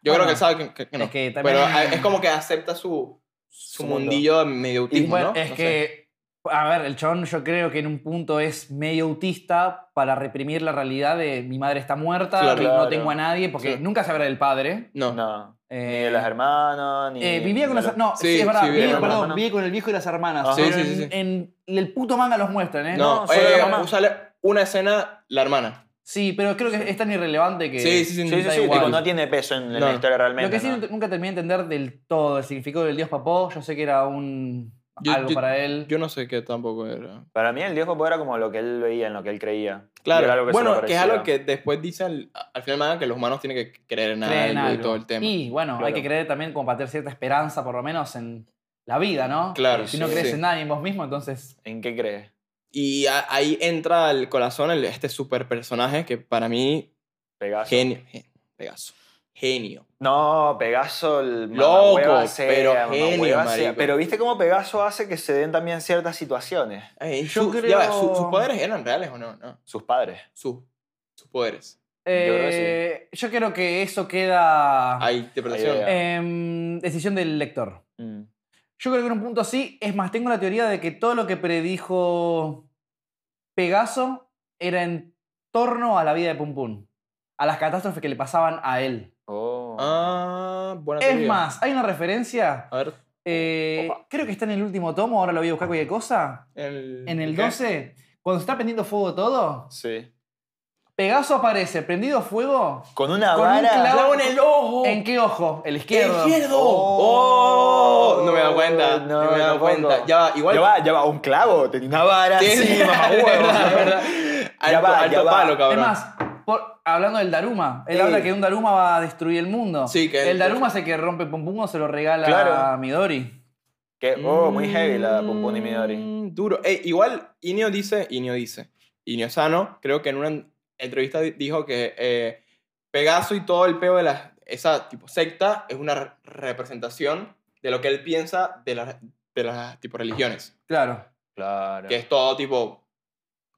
S2: Yo
S3: Bueno,
S2: creo que él sabe que, que- que no.
S3: es que también-
S2: pero a- es como que acepta su, su
S4: Su mundo.
S2: mundillo medio
S3: Y
S2: autismo,
S3: bueno,
S2: ¿no?
S3: es
S2: No sé.
S3: que, a ver, el chabón yo creo que en un punto es medio autista para reprimir la realidad de mi madre está muerta,
S2: Claro.
S3: y no
S4: Claro.
S3: tengo a nadie, porque
S2: Sí.
S3: nunca sabrá del padre.
S2: No.
S4: No, ni
S3: Eh,
S4: de las hermanas, ni...
S3: eh, vivía con
S4: de
S3: las...
S4: los-
S3: No, sí,
S2: Sí,
S3: es verdad,
S2: sí, vivía
S3: vivía,
S4: con las
S3: perdón,
S4: hermanas.
S3: vivía con el viejo y las hermanas.
S4: Ajá.
S2: Sí,
S3: pero
S2: sí,
S3: en,
S2: sí, sí.
S3: en- el puto manga los muestran, ¿eh?
S2: No,
S4: no, solo la
S2: eh,
S4: mamá.
S2: sale una escena la hermana.
S3: Sí, pero creo que es tan irrelevante que...
S2: Sí, sí, sí.
S4: Sí, sí,
S3: da
S4: sí,
S3: igual.
S4: tipo, no tiene peso en, en
S2: No.
S4: la historia
S3: Lo
S4: realmente.
S3: que sí
S4: ¿no?
S3: nunca terminé de entender del todo el significado del dios papó, yo sé que era un...
S2: Yo-
S3: algo
S2: yo-
S3: para él.
S2: Yo no sé qué tampoco era.
S4: Para mí el dios Popó era como lo que él veía, en lo que él creía. Y
S2: Claro,
S4: era algo que se le
S2: bueno, que es algo
S4: aparecía.
S2: que después dice al, al final manga que los humanos tienen que creer en
S3: creen
S2: algo y
S3: algo.
S2: todo el tema.
S3: Y bueno, hay
S4: Claro.
S3: que creer también como para tener cierta esperanza, por lo menos, en la vida, ¿no?
S2: Claro,
S3: Si no
S2: sí,
S3: crees
S2: sí.
S3: en nadie, en vos mismo, entonces...
S4: ¿En qué crees?
S2: Y a- ahí entra al corazón el- este super personaje que para mí,
S4: Pegaso.
S2: genio. gen- Pegaso. Genio.
S4: No, Pegaso el
S2: Loco,
S4: mamahueva sea,
S2: pero
S4: mamahueva
S2: genio,
S4: sea.
S2: marico.
S4: Pero viste cómo Pegaso hace que se den también ciertas situaciones.
S2: Eh,
S3: Yo
S2: sus- ya va,
S3: creo-
S2: su- ¿Sus poderes eran reales o no? no.
S4: Sus padres.
S2: Sus, sus poderes.
S4: creo que
S3: eh, yo creo que eso queda...
S2: Hay interpretación.
S4: Ahí va.
S3: em, decisión del lector.
S4: Mm.
S3: Yo creo que en un punto sí. Es más, tengo la teoría de que todo lo que predijo Pegaso era en torno a la vida de Pum Pum. A las catástrofes que le pasaban a él.
S4: Oh.
S2: Ah, buena
S3: Es
S2: teoría.
S3: más, hay una referencia.
S2: A ver,
S3: eh,
S2: Opa.
S3: creo que está en el último tomo, ahora lo voy a buscar cualquier cosa.
S2: el,
S3: En el
S2: ¿qué?
S3: 12, cuando se está prendiendo fuego todo,
S4: Sí.
S3: Pegaso aparece, prendido fuego.
S4: Con una
S3: Con un
S4: vara.
S3: clavo.
S2: ¡Clavo en el ojo!
S3: ¿En qué ojo? El izquierdo.
S2: ¡El izquierdo!
S4: Oh.
S2: ¡Oh! No me he dado cuenta. No,
S4: No,
S2: me he dado
S4: tampoco.
S2: cuenta. Ya va, igual.
S4: Ya va, ya va, un clavo, tenía una vara.
S2: Sí, sí, mamá,
S4: mamahueva.
S2: verdad, verdad. Alto,
S4: Ya va,
S2: alto
S4: ya va.
S2: palo, cabrón.
S3: Es más, por- hablando del Daruma, él
S4: Sí.
S3: habla que un Daruma va a destruir el mundo.
S2: Sí, que-
S3: el Daruma es el que rompe Pompungo, se lo regala
S4: Claro.
S3: a Midori.
S4: Que, oh, muy heavy la Pum Pum y Midori.
S2: Mm, Duro. Ey, igual, Inio dice, Inio dice, Inio Sano, creo que en una entrevista di- dijo que eh, Pegaso y todo el peo de la, esa tipo secta es una re- representación de lo que él piensa de, las de las tipo religiones,
S3: Claro.
S4: Claro.
S2: que es todo tipo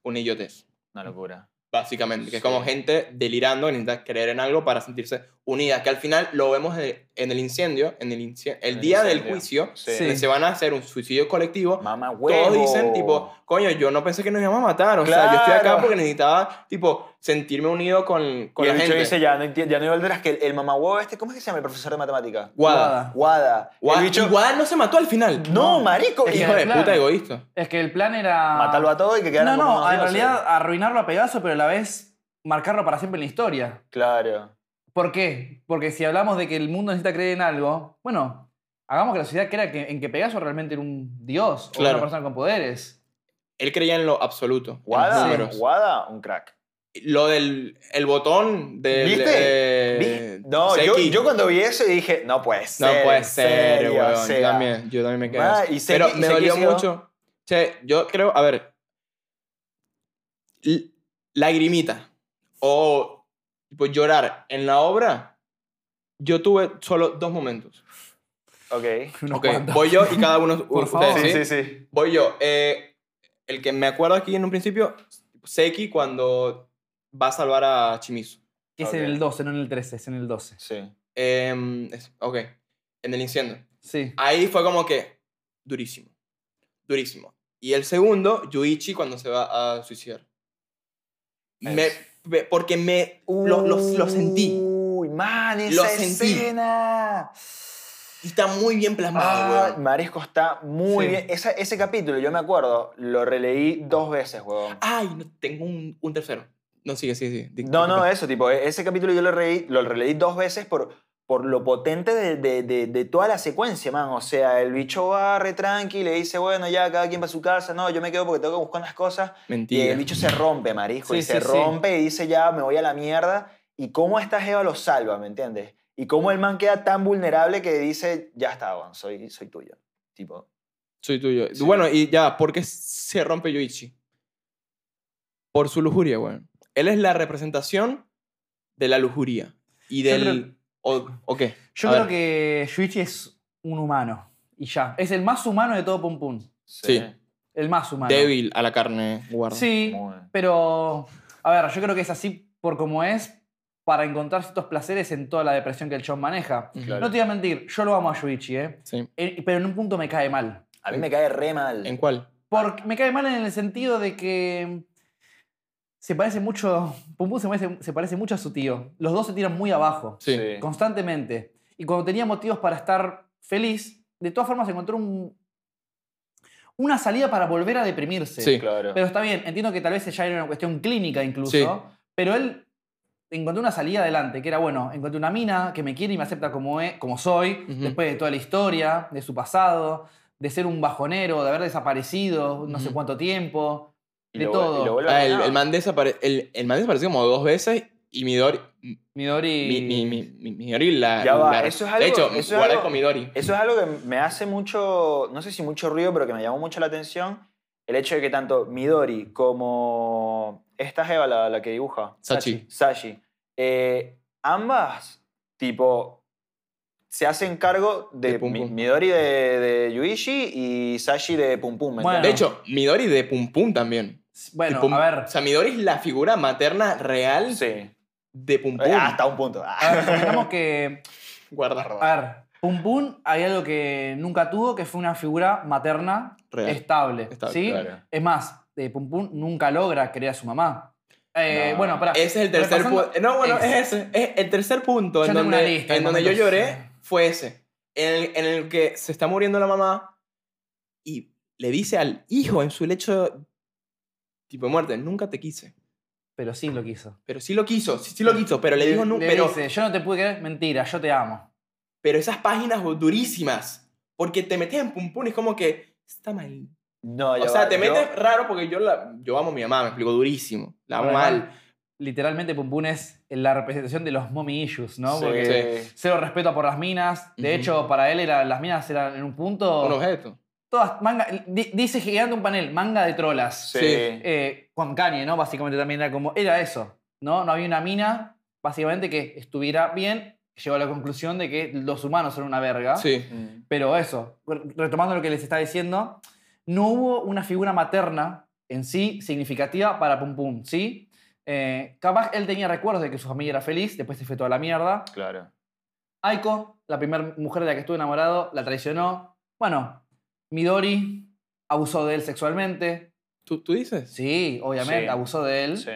S2: un idiotez,
S4: Una locura.
S2: básicamente, que es
S4: Sí.
S2: como gente delirando que necesita creer en algo para sentirse unida, que al final lo vemos en en el incendio, en el, inci- el
S4: El
S2: día del
S4: incendio.
S2: juicio,
S4: Sí.
S3: Sí.
S2: donde se van a hacer un suicidio colectivo
S4: Mamá
S2: todos dicen, tipo, coño, yo no pensé que nos íbamos a matar. O sea, yo estoy acá
S4: Claro.
S2: porque necesitaba, tipo, sentirme unido con, con
S4: Y
S2: la
S4: el bicho
S2: gente.
S4: dice, ya no, enti- ya no iba a olvidar que el, el mamahuevo este, ¿cómo es que se llama el profesor de matemática?
S2: Guada.
S4: Guada.
S2: Guada.
S4: El bicho,
S2: Igual no se mató al final.
S4: No, marico.
S3: Es
S4: y-
S2: Hijo de
S3: Claro.
S2: puta egoísta.
S3: Es que el plan era.
S4: Matarlo a todo y que
S3: No,
S4: quedaran como
S3: no,
S4: unos
S3: en
S4: dioses.
S3: realidad arruinarlo a Pegaso, pero a la vez marcarlo para siempre en la historia.
S4: Claro.
S3: ¿Por qué? Porque si hablamos de que el mundo necesita creer en algo, bueno, hagamos que la sociedad crea que, en que Pegaso realmente era un dios o
S2: Claro.
S3: una persona con poderes.
S2: Él creía en lo absoluto. en los
S4: Wada,
S2: números.
S4: Wada, un crack.
S2: Lo del el botón del,
S4: ¿Viste?
S2: eh,
S4: Vi- No, yo,
S2: Seki.
S4: yo cuando vi eso dije, no puede
S2: No
S4: ser.
S2: puede
S4: en
S2: ser,
S4: serio,
S2: weón.
S4: o
S2: Yo
S4: sea,
S2: también, yo también me quedé.
S4: Ma,
S2: así.
S4: y sé
S2: Pero
S4: que- y
S2: me
S4: sé que
S2: dolió
S4: sigo-
S2: mucho. Che, yo creo, a ver. l- Lagrimita. O tipo, llorar en la obra. Yo tuve solo dos momentos.
S4: Ok.
S3: Unos
S2: Ok,
S3: cuantos.
S2: voy yo y cada uno.
S3: Por
S2: ustedes,
S3: favor.
S4: Sí, sí, sí.
S2: Voy yo. Eh, el que me acuerdo aquí en un principio, Seki cuando va a salvar a Chimizu.
S3: Que es en
S4: Ok.
S3: el 12, no en el 13, es en el 12.
S4: Sí.
S2: Em, es- ok, en el incendio.
S3: Sí.
S2: Ahí fue como que durísimo, durísimo. Y el segundo, Yuichi cuando se va a suicidar. Me-
S4: Es.
S2: me- porque me uh, lo, lo- lo sentí.
S4: Uy, man, esa
S2: Lo sentí.
S4: escena.
S2: Y está muy bien plasmado,
S4: Ah,
S2: weón.
S4: Marisco está muy
S3: Sí.
S4: bien. Esa- ese capítulo, yo me acuerdo, lo releí dos veces, weón.
S2: Ay, no, tengo un, un tercero. No, sigue, sigue, sigue. Di-
S4: No, no,
S2: disculpa.
S4: eso, tipo, e- ese capítulo yo lo, releí, lo releí dos veces por, por lo potente de, de- de- de toda la secuencia, man. O sea, el bicho va re tranqui y le dice, bueno, ya, cada quien va a su casa, no, yo me quedo porque tengo que buscar unas cosas. eh. Y
S2: Mentira.
S4: el bicho se rompe, marisco, y
S3: Sí,
S4: se
S3: sí, sí.
S4: rompe y dice, ya, me voy a la mierda. Y cómo esta Jeva lo salva, ¿me entiendes? Y cómo el man queda tan vulnerable que dice, ya está, weón, soy, soy tuyo. Tipo,
S2: Soy tuyo.
S4: Sí.
S2: Bueno, y ya, ¿por qué se rompe Yuichi? Por su lujuria, weón. Él es la representación de la lujuria. Y
S3: Yo
S2: del...
S3: creo-
S2: O, ¿o qué?
S3: Yo
S2: A
S3: creo
S2: ver.
S3: que Shuichi es un humano. Y ya. Es el más humano de todo Pum Pum.
S2: Sí.
S3: El más humano.
S2: Débil a la carne, guarda.
S3: Sí,
S4: Muy bien.
S3: pero. A ver, yo creo que es así por como es para encontrar ciertos placeres en toda la depresión que el John maneja.
S2: Ujú.
S4: Claro.
S3: No te voy a mentir, yo lo amo a Shuichi, ¿eh?
S2: Sí.
S3: Eh, Pero en un punto me cae mal.
S4: A mí me cae re mal.
S2: ¿En cuál?
S3: Porque me cae mal en el sentido de que se parece mucho, Pum Pum se parece, se parece mucho a su tío. Los dos se tiran muy abajo,
S2: Sí.
S3: constantemente. Y cuando tenía motivos para estar feliz, de todas formas encontró un- una salida para volver a deprimirse.
S2: Sí.
S4: Claro.
S3: Pero está bien, entiendo que tal vez ya era una cuestión clínica incluso,
S2: Sí.
S3: pero él encontró una salida adelante, que era, bueno, encontré una mina que me quiere y me acepta como, e- como soy,
S2: Ujú.
S3: después de toda la historia, de su pasado, de ser un bajonero, de haber desaparecido no sé
S2: Ujú.
S3: cuánto tiempo,
S4: Y
S3: de
S4: lo-
S3: todo.
S4: y lo vuelve a
S2: Ah, el,
S4: ganar.
S2: el man desapare- el, el man desapareció como dos veces y Midori.
S3: Midori...
S2: Mi, mi, mi, mi- Midori la.
S4: Mm. Ya va,
S2: la-
S4: eso es
S2: De
S4: algo-
S2: hecho,
S4: eso es
S2: guarda
S4: algo-
S2: con Midori.
S4: Eso es algo que me hace mucho, no sé si mucho ruido, pero que me llamó mucho la atención, el hecho de que tanto Midori como esta Jeva, la, la que dibuja,
S2: Sachi.
S4: Sashi, eh, ambas, tipo, se hacen cargo de,
S2: De Pum
S4: Mi-
S2: Pum.
S4: Midori de, de Yuishi y Sashi de Pum Pum. ¿me
S3: Bueno.
S2: De
S4: entiendes?
S2: hecho, Midori de Pum Pum también.
S3: Bueno,
S2: Tipo,
S3: a ver,
S2: O sea, Midori es la figura materna real
S4: sí.
S2: de Pum Pum.
S4: Eh, Hasta un punto. Ah.
S3: a ver, convengamos que...
S2: Guarda.
S3: A ver, Pum Pum hay algo que nunca tuvo, que fue una figura materna
S2: Real.
S4: Este,
S3: estable,
S2: Estable,
S3: ¿sí?
S4: claro.
S3: Es más, eh, Pum Pum nunca logra creer a su mamá. Eh,
S4: No.
S3: Bueno, pará.
S2: Ese es el tercer
S3: Repasando-
S2: punto. No, bueno, es
S3: Ese.
S2: ese. Es el tercer punto
S3: Yo
S2: en
S3: tengo una
S2: donde,
S3: lista de
S2: en donde yo
S3: momentos.
S2: lloré fue ese. En el, en el que se está muriendo la mamá y le dice al hijo en su lecho tipo de muerte, nunca te quise.
S3: Pero sí lo quiso.
S2: Pero sí lo quiso, sí, sí lo quiso, pero le dijo nunca. Pero,
S3: dice, yo no te pude creer, mentira, yo te amo.
S2: pero esas páginas durísimas, porque te metes en pum pum y es como que está mal.
S4: No, ya
S2: O sea,
S4: va,
S2: te
S4: yo-
S2: metes raro porque yo, la, yo amo a mi mamá, me explico durísimo. La amo mal.
S3: Literalmente Pum Pum es la representación de los mommy issues, ¿no?
S4: Sí.
S3: Porque cero respeto por las minas. De
S2: Ujú.
S3: hecho, para él era- las minas eran en un punto...
S2: Un objeto.
S3: Todas manga... di- dice gigante un panel, manga de trolas.
S4: Sí.
S2: Sí.
S3: Eh, con Kanye, ¿no? Básicamente también era como... Era eso, ¿no? No había una mina, básicamente, que estuviera bien. Llegó a la conclusión de que los humanos son una verga.
S2: Sí.
S4: Mm.
S3: Pero eso, re- retomando lo que les estaba diciendo, no hubo una figura materna en sí significativa para Pum Pum, ¿sí? Eh, capaz él tenía recuerdos de que su familia era feliz, después se fue toda la mierda.
S4: Claro.
S3: Aiko, la primera mujer de la que estuvo enamorado, la traicionó. Bueno, Midori abusó de él sexualmente.
S2: ¿Tú, tú dices?
S3: Sí, obviamente,
S4: Sí.
S2: ¿Mm?
S3: abusó de él.
S4: Sí.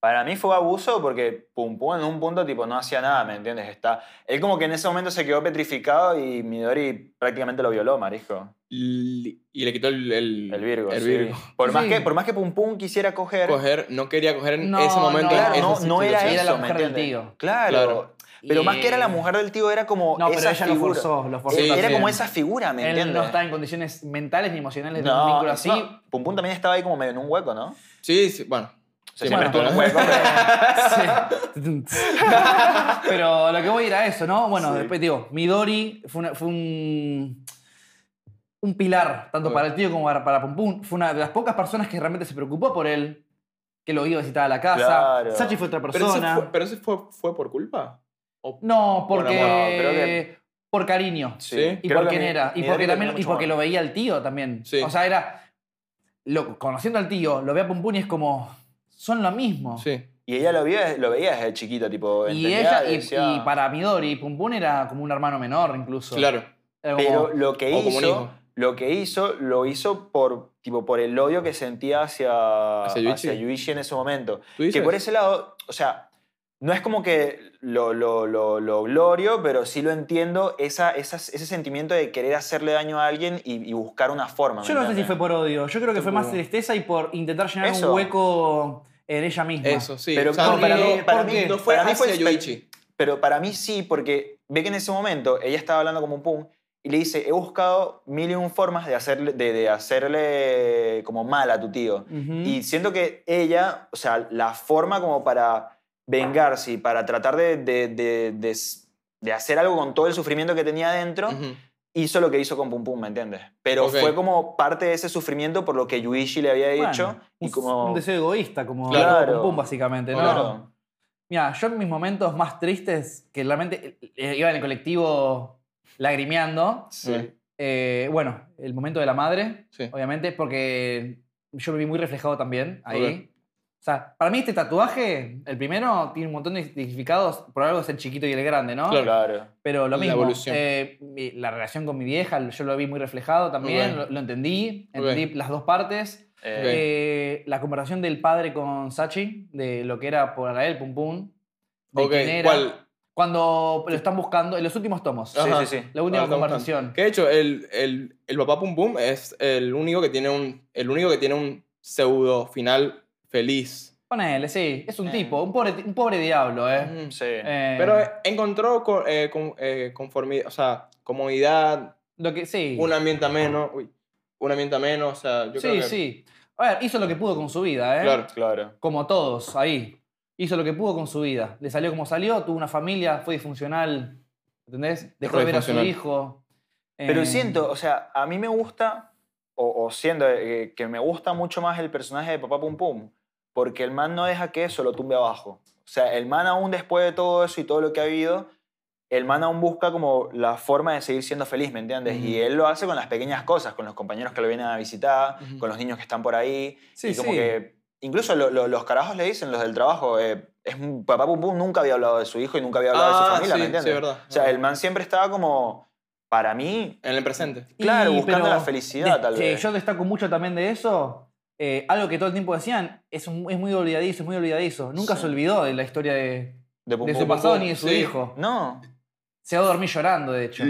S4: Para mí fue abuso porque Pum Pum en un punto tipo no hacía nada, ¿me entiendes? Está, él como que en ese momento se quedó petrificado y Midori prácticamente lo violó, marisco.
S2: Li- Y le quitó el, el,
S4: El Virgo.
S2: el
S4: sí.
S2: Virgo.
S4: Por, Más
S3: Sí.
S4: que, por más que Pum Pum quisiera coger,
S2: Coger, no quería coger en
S3: No,
S2: ese momento.
S3: no,
S2: en
S4: claro,
S2: esa
S4: no, no era
S2: situación.
S4: eso,
S3: Era la
S4: ¿me
S3: mujer del
S4: entiendes?
S3: tío.
S4: Claro.
S2: Claro.
S4: Pero más
S3: Y- mm,
S4: que era la mujer del tío, era como
S3: No, pero
S4: esa
S3: ella lo
S4: figura.
S3: forzó, lo forzó
S4: Eh, era
S3: también.
S4: como esa figura, ¿me
S3: Él
S4: entiendes?
S3: no está en condiciones mentales ni emocionales de un
S4: No,
S3: vínculo así.
S4: encima, Pum Pum también estaba ahí como medio en un hueco, ¿no?
S2: Sí, sí, bueno.
S4: O sea,
S2: Sí,
S4: siempre
S2: bueno,
S4: estuvo en un hueco. pero-
S3: Sí. Pero lo que voy a ir a eso, ¿no? Bueno, después digo, Midori fue, una- fue un, un pilar, tanto
S2: Ok.
S3: para el tío como para, para Pum Pum. Fue una de las pocas personas que realmente se preocupó por él, que lo iba a visitar a la casa.
S4: Claro.
S3: Sachi fue otra
S2: Pero eso,
S3: persona.
S2: fue, pero eso fue, fue por culpa. ¿O-
S3: No,
S2: Por
S3: porque.
S2: amor.
S4: No, creo que-
S3: Por cariño.
S2: Sí.
S3: Y
S4: Creo
S3: por
S4: que
S3: quién
S4: mi-
S3: era. Y
S4: mi
S3: porque,
S4: Dorito
S3: también,
S4: tenía
S3: y
S4: mucho
S3: porque lo
S4: más.
S3: veía el tío también.
S2: Sí.
S3: O sea, era. Lo, conociendo al tío, lo ve a Pum Pum y es como. Son lo mismo.
S2: Sí.
S4: Y ella lo veía, lo veía desde chiquita, tipo.
S3: Y
S4: entendía,
S3: ella, y,
S4: pues, decía-
S3: y para Midori, Pum Pum era como un hermano menor incluso.
S2: Claro.
S3: Era como-
S4: Pero lo que
S2: O como un
S4: hizo,
S2: hijo.
S4: lo que hizo, lo hizo por, tipo, por el odio que sentía hacia,
S2: Hacia Yuichi.
S4: hacia Yuichi en ese momento.
S2: ¿Tú dices?
S4: Que por ese lado, o sea, no es como que lo, lo, lo, lo glorio, pero sí lo entiendo, esa, esa- ese sentimiento de querer hacerle daño a alguien y, y buscar una forma. ¿me
S3: yo no sé si
S4: entiendes?
S3: fue por odio. Yo creo que fue más tristeza y por intentar llenar
S4: Eso.
S3: un hueco en ella misma.
S2: Eso, sí.
S4: Pero
S2: O sea,
S4: no,
S2: no-
S4: para
S2: no-
S4: mí, para
S2: no-
S4: mí-
S2: no fue
S4: para mí fue
S2: hacia
S4: espe-
S2: Yuichi.
S4: Pero para mí sí, porque ve que en ese momento ella estaba hablando como un pum y le dice, he buscado mil y un formas de hacerle, de, de hacerle como mal a tu tío.
S3: Ujú.
S4: Y siento que ella, o sea, la forma como para vengarse y para tratar de, de, de, de s- de hacer algo con todo el sufrimiento que tenía adentro,
S2: Ujú.
S4: hizo lo que hizo con Pum Pum, ¿me entiendes? Pero
S2: Ok.
S4: fue como parte de ese sufrimiento por lo que Yuichi le había
S3: Bueno,
S4: hecho.
S3: un,
S4: y como...
S3: un deseo egoísta, como
S4: Claro.
S3: Pum Pum, básicamente, ¿no?
S4: Claro.
S3: Mira, yo en mis momentos más tristes, que realmente eh, iba en el colectivo lagrimeando,
S2: Sí.
S3: eh, bueno, el momento de la madre,
S2: Sí.
S3: obviamente, porque yo me vi muy reflejado también ahí.
S2: Ok.
S3: O sea, para mí este tatuaje, el primero, tiene un montón de significados, por algo es el chiquito y el grande, ¿no?
S2: Claro.
S4: Claro.
S3: Pero lo
S2: La
S3: mismo,
S2: evolución.
S3: eh, mi- la relación con mi vieja, yo lo vi muy reflejado también,
S2: Ok.
S3: lo, lo entendí,
S2: Ok.
S3: entendí las dos partes.
S4: Eh,
S2: Ok.
S3: Eh, la conversación del padre con Sachi, de lo que era por él, Pum Pum. de
S2: Ok,
S3: quién era,
S2: ¿cuál?
S3: Cuando lo están buscando, en los últimos tomos.
S4: Sí,
S2: Ajá.
S4: sí, sí.
S3: La última
S2: Ah, estamos
S3: conversación.
S2: tan- Que de hecho, el, el, el papá Pum Pum es el único que tiene un, el único que tiene un pseudo final feliz.
S3: Ponele, sí. Es un
S4: Eh. Mm.
S3: tipo, un pobre, un pobre diablo, ¿eh?
S2: Ujú.
S4: Sí.
S3: Eh,
S2: Pero eh, encontró co- eh, con, conformidad, o sea, comodidad,
S3: lo que, sí.
S2: un ambiente menos, un ambiente menos, o sea, yo
S3: sí,
S2: creo que...
S3: sí. A ver, hizo lo que pudo con su vida, ¿eh?
S2: Claro.
S4: Claro.
S3: Como todos, ahí. Hizo lo que pudo con su vida. Le salió como salió, tuvo una familia, fue disfuncional. ¿Entendés? Dejó de ver a su
S2: Disfuncional.
S3: hijo.
S4: Pero
S2: Em,
S3: eh,
S4: siento, o sea, a mí me gusta, o, o siento eh, que me gusta mucho más el personaje de Papá Pum Pum, porque el man no deja que eso lo tumbe abajo. O sea, el man aún después de todo eso y todo lo que ha habido, el man aún busca como la forma de seguir siendo feliz, ¿me entiendes? Y él lo hace con las pequeñas cosas, con los compañeros que lo vienen a visitar,
S2: Ujú.
S4: con los niños que están por ahí.
S3: Sí,
S4: y como
S3: sí.
S4: que incluso lo- lo- los carajos le dicen, los del trabajo, eh, es un- Papá Pum Pum nunca había hablado de su hijo y nunca había hablado de su
S2: Ah,
S4: familia,
S2: sí, sí,
S4: ¿me entiendes?
S2: verdad.
S4: O sea, el man siempre estaba como, para mí,
S2: En el presente.
S4: Claro,
S3: Y,
S4: buscando
S3: pero
S4: la felicidad,
S3: des-
S4: tal
S3: sí,
S4: vez.
S3: Yo destaco mucho también de eso. eh, algo que todo el tiempo decían, es, un- es muy olvidadizo, es muy olvidadizo. Nunca
S4: Sí.
S3: se olvidó de la historia de,
S4: de, Pum
S3: de su
S4: Pum.
S3: pasado ni de su
S2: sí.
S3: hijo.
S4: No,
S3: Se va a dormir llorando, de hecho.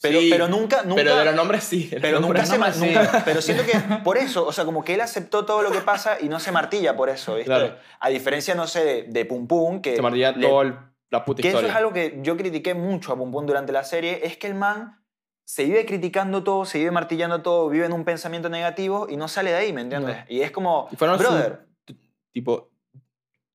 S4: pero,
S2: Sí,
S4: pero nunca, nunca,
S2: Pero de los nombres sí. de los
S4: pero
S2: nombres
S4: nunca se,
S3: no
S4: ma-
S3: me sé.
S4: nunca- pero siento que por eso, o sea, como que él aceptó todo lo que pasa y no se martilla por eso, ¿viste?
S2: Claro.
S4: A diferencia, no sé, de, de Pum Pum, que...
S2: Se martilla
S4: le-
S2: todo el- la puta
S4: Que eso es
S2: historia.
S4: algo que yo critiqué mucho a Pum Pum durante la serie, es que el man se vive criticando todo, se vive martillando todo, vive en un pensamiento negativo y no sale de ahí, ¿me entiendes?
S2: No.
S4: Y es como,
S2: Y fueron su-
S4: brother,
S2: t- tipo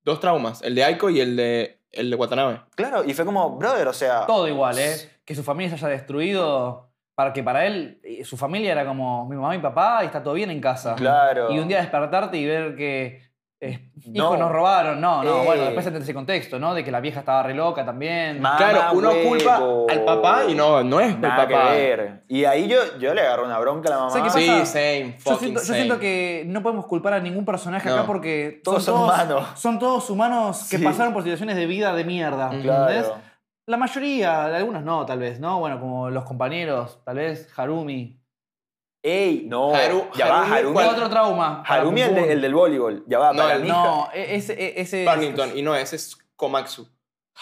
S2: dos traumas, el de Aiko y el de el de Watanabe.
S4: claro, y fue como, brother, o sea...
S3: Todo igual, ¿eh? Que su familia se haya destruido. Para que para él, eh, su familia era como mi mamá y mi papá y está todo bien en casa.
S4: Claro.
S3: Y un día despertarte y ver que. eh,
S4: No.
S3: Hijo, nos robaron. No, no,
S4: Eh.
S3: bueno, después entendés ese contexto, ¿no? De que la vieja estaba re loca también.
S4: Mamá
S2: claro, uno
S4: huevo.
S2: culpa al papá y no, no es el
S4: Ah, Nada
S2: papá.
S4: que ver. Y ahí yo, yo le agarro una bronca a la mamá.
S3: ¿Sabes qué
S2: Sí,
S3: pasa?
S2: same, fucking
S3: Yo siento, yo
S2: same.
S3: siento que no podemos culpar a ningún personaje acá
S2: No.
S3: porque
S4: Todos son humanos.
S3: Son todos humanos que
S4: Sí. Mm.
S3: pasaron por situaciones de vida de mierda. ¿entendés?
S4: Claro.
S3: La mayoría, algunos no, tal vez, ¿no? Bueno, como los compañeros, tal vez Harumi.
S4: ¡Ey! No,
S2: Haru-
S4: ya va,
S2: Harumi,
S4: Harumi.
S2: ¿cuál?
S3: Otro trauma. para
S4: Harumi, el,
S3: Pum
S4: de-
S3: Pum.
S4: el del voleibol. Ya va,
S2: No,
S4: para
S2: el-
S4: mí.
S3: No, e- ese. ese
S2: Parnington. Y no, ese es Komatsu.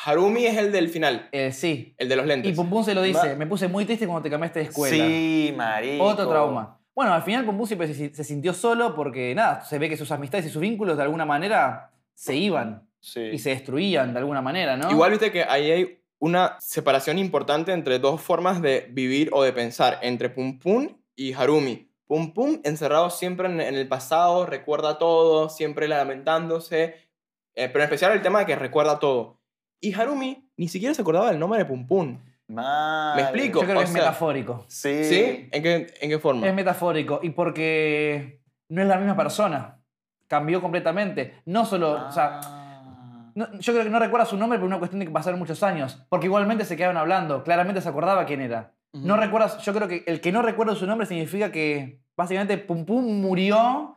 S2: Harumi es el del final,
S3: Eh, sí.
S2: el de los
S3: Y
S2: lentes.
S3: Pum Pum se lo dice.
S4: Va.
S3: Me puse muy triste cuando te cambiaste de escuela.
S4: Sí, marico.
S3: Otro trauma. Bueno, al final Pum Pum siempre se, se sintió solo porque, nada, se ve que sus amistades y sus vínculos de alguna manera se iban y
S4: Sí.
S3: se destruían de alguna manera, ¿no?
S2: Igual viste que ahí hay una separación importante entre dos formas de vivir o de pensar, entre Pum Pum y Harumi. Pum Pum encerrado siempre en, en el pasado, recuerda todo, siempre lamentándose, eh, pero en especial el tema de que recuerda todo. Y Harumi ni siquiera se acordaba del nombre de Pum Pum.
S4: Mal.
S2: ¿Me explico?
S3: Yo creo
S2: o
S3: que es
S2: sea-
S3: metafórico.
S4: Sí.
S2: ¿Sí? ¿En qué, en qué forma?
S3: Es metafórico y porque no es la misma persona. Cambió completamente. No solo, o sea,
S4: Ah.
S3: no- yo creo que no recuerda su nombre por una cuestión de que pasaron muchos años, porque igualmente se quedaron hablando, claramente se acordaba quién era. No recuerdas, yo creo que el que no recuerda su nombre significa que básicamente Pum Pum murió.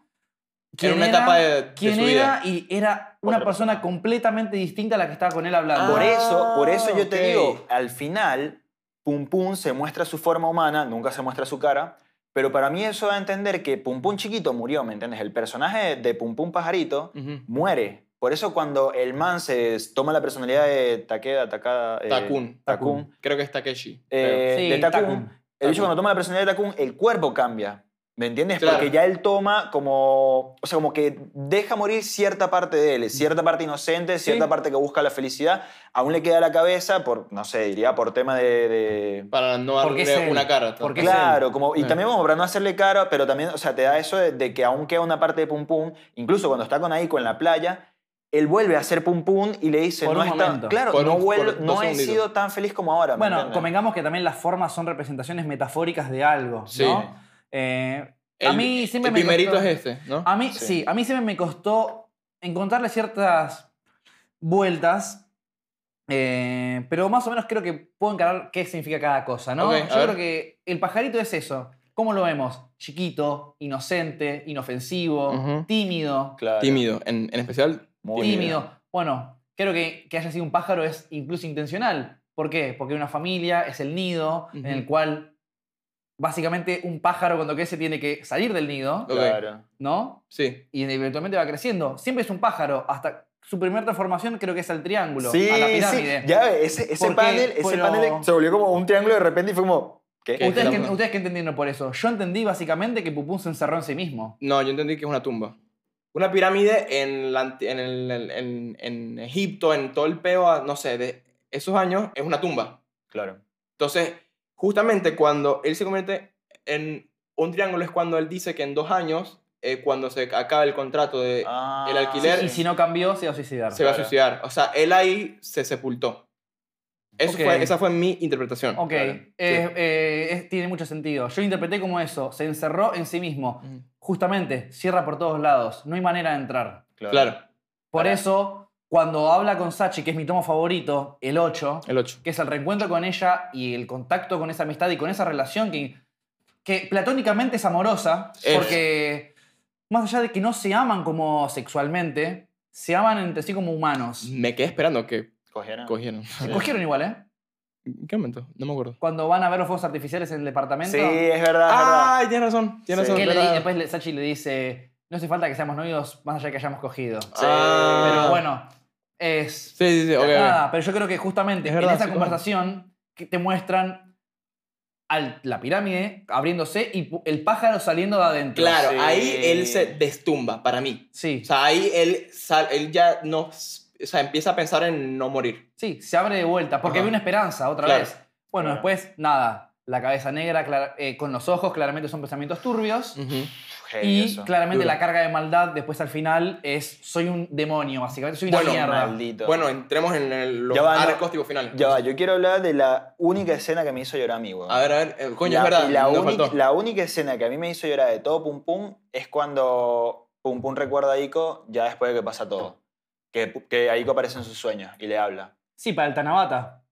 S2: en
S3: quién
S2: una
S3: era,
S2: etapa de, de
S3: quién
S2: su vida.
S3: era y era una
S4: Otra
S3: persona,
S4: persona.
S3: completamente distinta a la que estaba con él hablando.
S4: Por
S2: Ah,
S4: eso, por eso yo
S2: ok.
S4: te digo, al final, Pum Pum se muestra su forma humana, nunca se muestra su cara, pero para mí eso da a entender que Pum Pum chiquito murió, ¿me entiendes? El personaje de Pum Pum pajarito
S2: Ujú.
S4: muere. Por eso cuando el man se toma la personalidad de Takeda, Takada, eh,
S2: Takun.
S4: Takun,
S2: Creo que es Takeshi.
S4: eh,
S3: Sí,
S4: de Takun,
S3: Takun.
S4: el
S2: Takun.
S4: bicho cuando toma la personalidad de Takun, el cuerpo cambia. ¿Me entiendes?
S2: Claro.
S4: Porque ya él toma como. O sea, como que deja morir cierta parte de él, cierta parte inocente, cierta
S3: Sí.
S4: parte que busca la felicidad. Aún le queda la cabeza por, no sé, diría por tema de. de-
S2: Para no
S3: Porque es
S2: darle
S3: él.
S2: una cara. tal-
S3: Porque es
S4: Claro, como, y
S2: Sí.
S4: también como para no hacerle cara, pero también, o sea, te da eso de, de que aún queda una parte de Pum Pum, incluso cuando está con Aiko en la playa, él vuelve a hacer Pum Pum y le dice,
S3: Por
S4: no
S3: un
S4: está-
S3: momento.
S4: claro,
S2: Por
S4: no,
S2: un-
S4: vuelvo-
S2: por dos
S4: no he
S2: segunditos.
S4: sido tan feliz como ahora. ¿me
S3: Bueno,
S4: entiendes?
S3: convengamos que también las formas son representaciones metafóricas de algo,
S2: Sí.
S3: ¿no? Eh, a
S2: El-
S3: mí siempre
S2: el
S3: me
S2: primerito
S3: costó-
S2: es este, ¿no?
S3: A mí, sí.
S4: Sí.
S3: a mí siempre me costó encontrarle ciertas vueltas, eh, pero más o menos creo que puedo encarar qué significa cada cosa, ¿no?
S2: Ok, a
S3: Yo
S2: ver.
S3: creo que el pajarito es eso. ¿Cómo lo vemos? Chiquito, inocente, inofensivo,
S2: Ujú.
S3: tímido,
S4: Claro.
S2: Tímido. En, en especial,
S4: Muy bien.
S3: tímido. Bueno, creo que que haya sido un pájaro es incluso intencional. ¿Por qué? Porque una familia es el nido en el
S2: Ujú.
S3: cual básicamente un pájaro cuando crece tiene que salir del nido,
S2: Ok.
S4: Claro.
S3: ¿no?
S2: sí.
S3: y eventualmente va creciendo. Siempre es un pájaro, hasta su primera transformación creo que es al triángulo,
S4: Sí,
S3: a la
S4: sí.
S3: pirámide.
S4: Ya, ve, ese, ese
S3: Porque-
S4: panel, ese
S3: pero-
S4: panel se volvió como un triángulo de repente y fue como. ¿Qué?
S2: ¿Qué?
S3: ¿Ustedes, qué,
S2: Estamos-
S3: ¿Ustedes qué entendieron por eso? Yo entendí básicamente que Pupún se encerró en sí mismo.
S2: No, yo entendí que es una tumba. Una pirámide en, la anti- en, el- en- en- en Egipto, en todo el peo, ah, no sé, de esos años, es una tumba.
S4: Claro.
S2: Entonces, justamente cuando él se convierte en un triángulo es cuando él dice que en dos años, eh, cuando se acabe el contrato de...
S4: Ah,
S2: el alquiler-
S3: Y si no cambió, se iba a suicidar.
S2: se va a
S4: claro.
S2: suicidar. O sea, él ahí se sepultó. Eso
S3: Ok.
S2: fue, esa fue mi interpretación.
S3: Ok,
S4: Claro,
S3: eh, eh, es- tiene mucho sentido. Yo interpreté como eso, se encerró en sí mismo.
S2: Ujú.
S3: Justamente, cierra por todos lados, no hay manera de entrar.
S4: Claro.
S2: Claro,
S3: Por
S4: Pará.
S3: eso, cuando habla con Sachi, que es mi tomo favorito, el 8,
S2: el 8.
S3: que es el reencuentro con ella y el contacto con esa amistad y con esa relación que, que platónicamente es amorosa,
S2: Es.
S3: porque más allá de que no se aman como sexualmente, se aman entre sí como humanos.
S2: Me quedé esperando que
S4: Cogieron.
S2: cogieran.
S3: Se cogieron igual, ¿eh?
S2: ¿En qué momento? No me acuerdo.
S3: Cuando van a ver los fuegos artificiales en el departamento.
S4: Sí, Ah, es verdad,
S3: Ah,
S2: Ay, tienes razón, tienes
S4: Sí.
S2: razón.
S3: que le di-
S2: ¿verdad?
S4: pues.
S3: después le- Sachi le dice, no hace falta que seamos novios más allá de que hayamos cogido.
S4: Sí, Ah,
S2: Ah.
S3: Pero bueno, es...
S2: Sí, sí, sí, ok, ok.
S3: Nada, pero yo creo que justamente
S2: Es verdad,
S3: en esa
S2: sí,
S3: conversación que te muestran al, la pirámide abriéndose y pu- el pájaro saliendo de adentro.
S2: Claro,
S4: Sí.
S2: ahí él se destumba, para mí.
S3: Sí,
S2: O sea, ahí él, sal- él ya no... O sea, empieza a pensar en no morir.
S3: sí, se abre de vuelta porque
S2: Ajá.
S3: había una esperanza otra
S2: Claro.
S3: vez. Bueno,
S4: Claro.
S3: después, nada, la cabeza negra clara- eh, con los ojos, claramente son pensamientos turbios.
S4: Heavy
S3: Y
S4: eso.
S3: claramente
S2: Duro.
S3: la carga de maldad después al final es soy un demonio, básicamente soy una
S2: Bueno,
S3: mierda.
S4: Maldito.
S2: Bueno, entremos en el- los
S4: Ya va, no.
S2: arcos tipo finales.
S4: Ya va, yo quiero hablar de la única escena que me hizo llorar a mí, weón.
S2: A ver, a ver. eh, Coño,
S4: la,
S2: es verdad.
S4: La,
S2: nos
S4: única-
S2: faltó.
S4: la única escena que a mí me hizo llorar de todo Pum Pum es cuando Pum Pum recuerda a Aiko ya después de que pasa todo. Que, que Aiko aparece en sus sueños y le habla.
S3: Sí, para el Tanabata,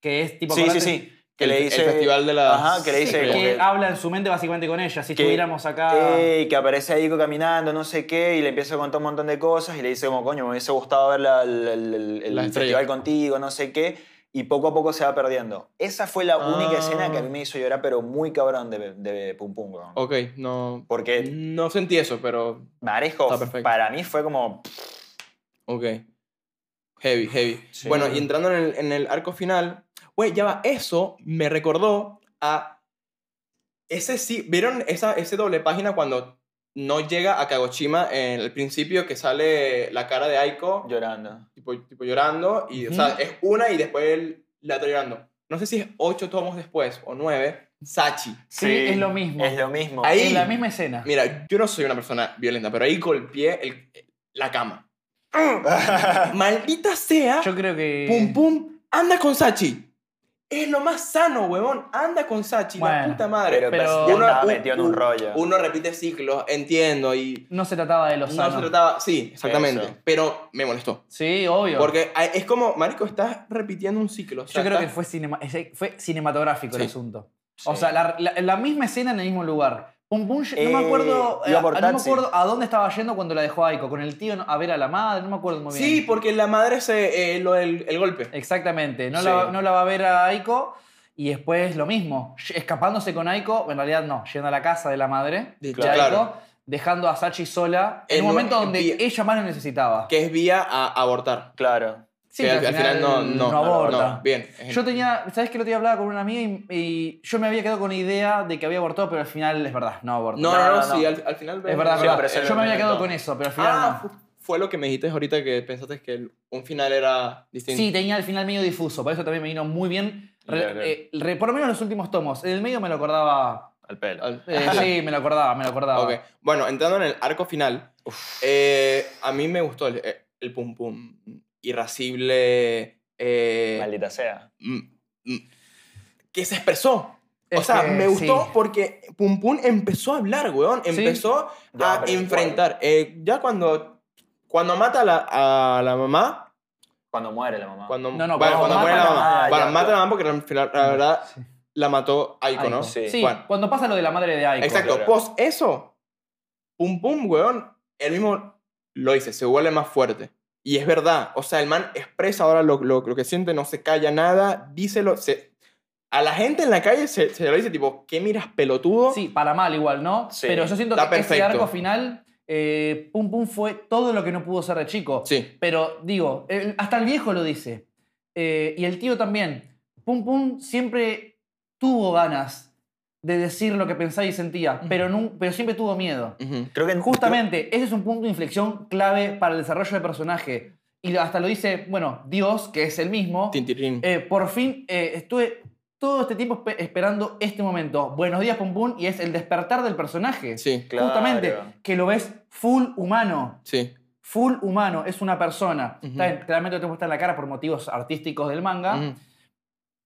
S3: que es tipo...
S4: sí, sí,
S3: acordate-
S4: sí. Que
S2: El-
S4: le dice.
S2: El festival de las...
S4: Ajá, que le
S3: Sí,
S4: dice
S3: que
S4: como que-
S3: habla en su mente básicamente con ella, si
S4: que- eh,
S3: estuviéramos acá...
S4: Ey, que aparece Aiko caminando, no sé qué, y le empieza a contar un montón de cosas y le dice como, coño, me hubiese gustado ver la- la- la- el- el
S2: La estrella.
S4: festival contigo, no sé qué. y poco a poco se va perdiendo. Esa fue la única
S2: Ah.
S4: escena que a mí me hizo llorar, pero muy cabrón de, de Pum Pum. weón.
S2: Ok, no.
S4: Porque
S2: No sentí eso, pero.
S4: Marejo
S2: Está perfecto.
S4: para mí fue como...
S2: Ok. Heavy, heavy.
S4: Sí.
S2: Bueno, y entrando en el, en el arco final. Güey, ya va. Eso me recordó a. Ese sí. ¿Vieron esa, ese doble página cuando no llega a Kagoshima en el principio que sale la cara de Aiko?
S4: llorando.
S2: tipo, tipo llorando, y, o sea, es una y después él la está llorando. No sé si es ocho tomos después o nueve, Sachi.
S3: Sí, es lo mismo.
S4: Es lo mismo.
S2: Ahí-
S3: En la misma escena.
S2: Mira, yo no soy una persona violenta, pero ahí golpeé el- la cama. Maldita sea,
S3: Yo creo que.
S2: pum pum, anda con Sachi. Es lo más sano, huevón, anda con Sachi, la
S3: Bueno,
S2: puta madre.
S4: pero,
S3: pero-
S4: ya
S2: Uno-
S4: estaba
S2: un-
S4: metido en un
S2: un-
S4: rollo.
S2: Uno repite ciclos, entiendo, y
S3: No se trataba de los
S2: no se trataba, sí, exactamente,
S4: Eso.
S2: pero me molestó.
S3: Sí, obvio.
S2: Porque a- es como, marico, estás repitiendo un ciclo. o
S3: Yo
S2: sea,
S3: creo que
S2: estás-
S3: fue, cinema- es- eh, fue cinematográfico el
S2: Sí.
S3: asunto. O sea, la, la- la misma escena en el mismo lugar. Pum Pum, yo- no, me
S4: Eh,
S3: acuerdo,
S4: iba
S3: eh,
S4: por
S3: no me
S4: taxi.
S3: acuerdo a dónde estaba yendo cuando la dejó Aiko. Con el tío a ver a la madre, no me acuerdo muy bien.
S2: Sí, porque la madre se. eh, lo del el golpe.
S3: Exactamente, no, la,
S4: Sí.
S3: no la va a ver a Aiko y después lo mismo, ll- escapándose con Aiko, en realidad no, yendo a la casa de la madre de
S2: Claro.
S3: Aiko, dejando a Sachi sola en
S2: En
S3: un
S2: un-
S3: momento donde
S2: en-
S3: ella más lo necesitaba.
S2: Que es vía a abortar.
S4: Claro.
S3: Sí,
S2: que
S3: que
S2: al, al final, no, no, no,
S3: aborta.
S2: no, bien.
S3: Yo tenía, ¿sabes que el otro día hablaba con una amiga y, y yo me había quedado con la idea de que había abortado, pero al final es verdad, no abortó.
S2: No, no, no,
S4: No, no,
S2: sí,
S4: no.
S2: al, al final.
S3: es verdad,
S2: sí,
S3: es verdad.
S4: pero es el
S3: Yo me había
S4: momento.
S3: quedado con eso, pero al final
S2: Ah,
S3: no.
S2: fu- fue lo que me dijiste ahorita que pensaste que el- un final era distinto.
S3: Sí, tenía el final medio difuso, por eso también me vino muy bien. Re-
S4: Claro.
S3: eh, re- por lo menos los últimos tomos. En el medio me lo acordaba
S4: Al pelo.
S2: Al-
S3: Eh, sí, me lo acordaba, me lo acordaba.
S2: Ok. Bueno, entrando en el arco final, eh, a mí me gustó el, eh, el pum pum irascible. eh,
S4: Maldita sea.
S2: mm, mm, que se expresó. o
S3: Es
S2: sea,
S3: que
S2: me gustó
S3: sí.
S2: porque Pum Pum empezó a hablar, weón. Empezó
S4: Ya,
S2: a
S4: pero
S2: enfrentar. Eh, ya cuando, cuando mata a la, a la mamá.
S4: Cuando muere la mamá.
S2: Cuando,
S3: No, no,
S2: bueno,
S3: cuando
S2: cuando muere
S3: mata
S2: la
S3: a la
S2: mamá.
S4: mamá,
S2: Bueno, mata
S4: ya,
S2: a
S4: claro.
S2: la mamá porque al final, la verdad
S3: Sí.
S2: la mató Aiko, ¿no?
S3: Aiko.
S4: Sí.
S3: Sí,
S2: Bueno.
S3: cuando pasa lo de la madre de Aiko.
S2: Exacto.
S4: claro.
S2: Post eso, Pum Pum, weón, él mismo lo dice, se vuelve más fuerte. Y es verdad. O sea, el man expresa ahora lo, lo- lo que siente, no se calla nada, díselo. Se, a la gente en la calle se, se lo dice, tipo, ¿qué miras, pelotudo?
S3: Sí, para mal igual, ¿no?
S4: Sí,
S3: Pero yo siento que
S2: está
S3: ese
S2: perfecto.
S3: arco final, eh, Pum Pum fue todo lo que no pudo ser de chico.
S2: Sí.
S3: Pero digo, el- hasta el viejo lo dice. Eh, y el tío también. Pum Pum siempre tuvo ganas de decir lo que pensaba y sentía, pero, nun- pero siempre tuvo miedo.
S2: Ujú.
S4: Creo que
S3: Justamente, ese es un punto de inflexión clave para el desarrollo del personaje. Y hasta lo dice, bueno, Dios, que es el mismo,
S2: Tintirín.
S3: Eh, por fin eh, estuve todo este tiempo espe- esperando este momento. Buenos días, Pum Pum, y es el despertar del personaje.
S2: sí,
S4: Claro.
S3: Justamente, que lo ves full humano.
S2: sí.
S3: Full humano, es una persona.
S2: Ujú.
S3: Está en- claramente lo tengo puesto en la cara por motivos artísticos del manga.
S2: Ujú,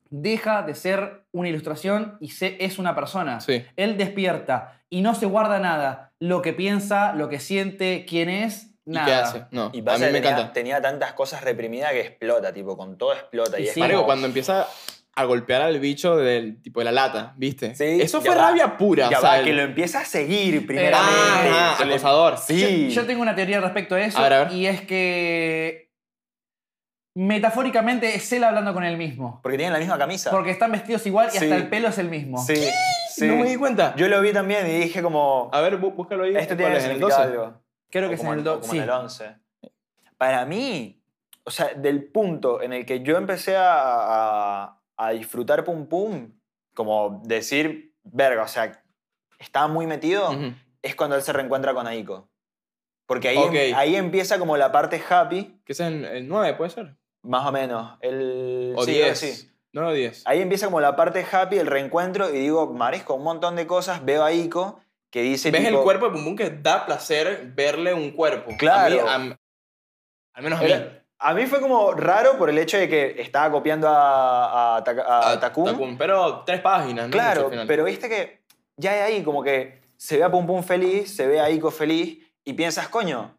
S3: Deja de ser una ilustración y se, es una persona.
S2: Sí.
S3: Él despierta y no se guarda nada. Lo que piensa, lo que siente, quién es, nada.
S2: ¿Y qué hace? No.
S4: Y
S2: a
S4: pasa
S2: mí
S4: que
S2: me
S4: tenía,
S2: encanta.
S4: tenía tantas cosas reprimidas que explota, tipo, con todo explota. Y,
S3: Y
S4: es
S3: sí.
S4: como-
S2: Marico, cuando empieza a golpear al bicho del tipo de la lata, ¿viste?
S4: Sí,
S2: Eso
S4: ya
S2: fue
S4: va.
S2: rabia pura.
S4: Ya
S2: o sea,
S4: va,
S2: el-
S4: que lo empieza a seguir primeramente.
S2: Ah, ajá,
S4: Se le-
S2: acosador.
S4: Sí.
S3: Eh, Yo tengo una teoría respecto a eso
S2: A ver, a ver.
S3: y es que metafóricamente es él hablando con él mismo.
S4: Porque tienen la misma camisa.
S3: Porque están vestidos igual y
S4: Sí.
S3: hasta el pelo es el mismo.
S4: Sí. sí.
S2: No me di cuenta.
S4: Yo lo vi también y dije como...
S2: A ver, bú- búscalo ahí. ¿Cuál
S4: Esto Este tiene
S2: es? ¿En el
S4: significado
S2: 12?
S4: algo.
S3: Creo
S4: O
S3: que es en
S4: como
S3: el
S4: o
S3: 2.
S4: como en el 11. Para mí, o sea, del punto en el que yo empecé a, a- a disfrutar Pum Pum, como decir, verga, o sea, estaba muy metido,
S2: Ujú.
S4: es cuando él se reencuentra con Aiko. Porque ahí, em,
S2: Ok.
S4: ahí empieza como la parte happy,
S2: Que es en el 9, ¿puede ser?
S4: más o menos. El,
S2: O
S4: sí, creo que
S2: 10.
S4: sí.
S2: No, no, 10.
S4: Ahí empieza como la parte happy, el reencuentro, y digo, marisco un montón de cosas, veo a Aiko, que dice...
S2: ¿Ves el
S4: tipo-
S2: cuerpo de Pum Pum que da placer verle un cuerpo?
S4: Claro.
S2: A mí, a- al menos a mí.
S4: Era- a mí fue como raro por el hecho de que estaba copiando a, a, Taka- a Takum.
S2: Pero tres páginas, ¿no? Mucho
S4: Claro,
S2: al final.
S4: pero viste que ya de ahí como que se ve a Pum Pum feliz, se ve a Ico feliz y piensas, coño,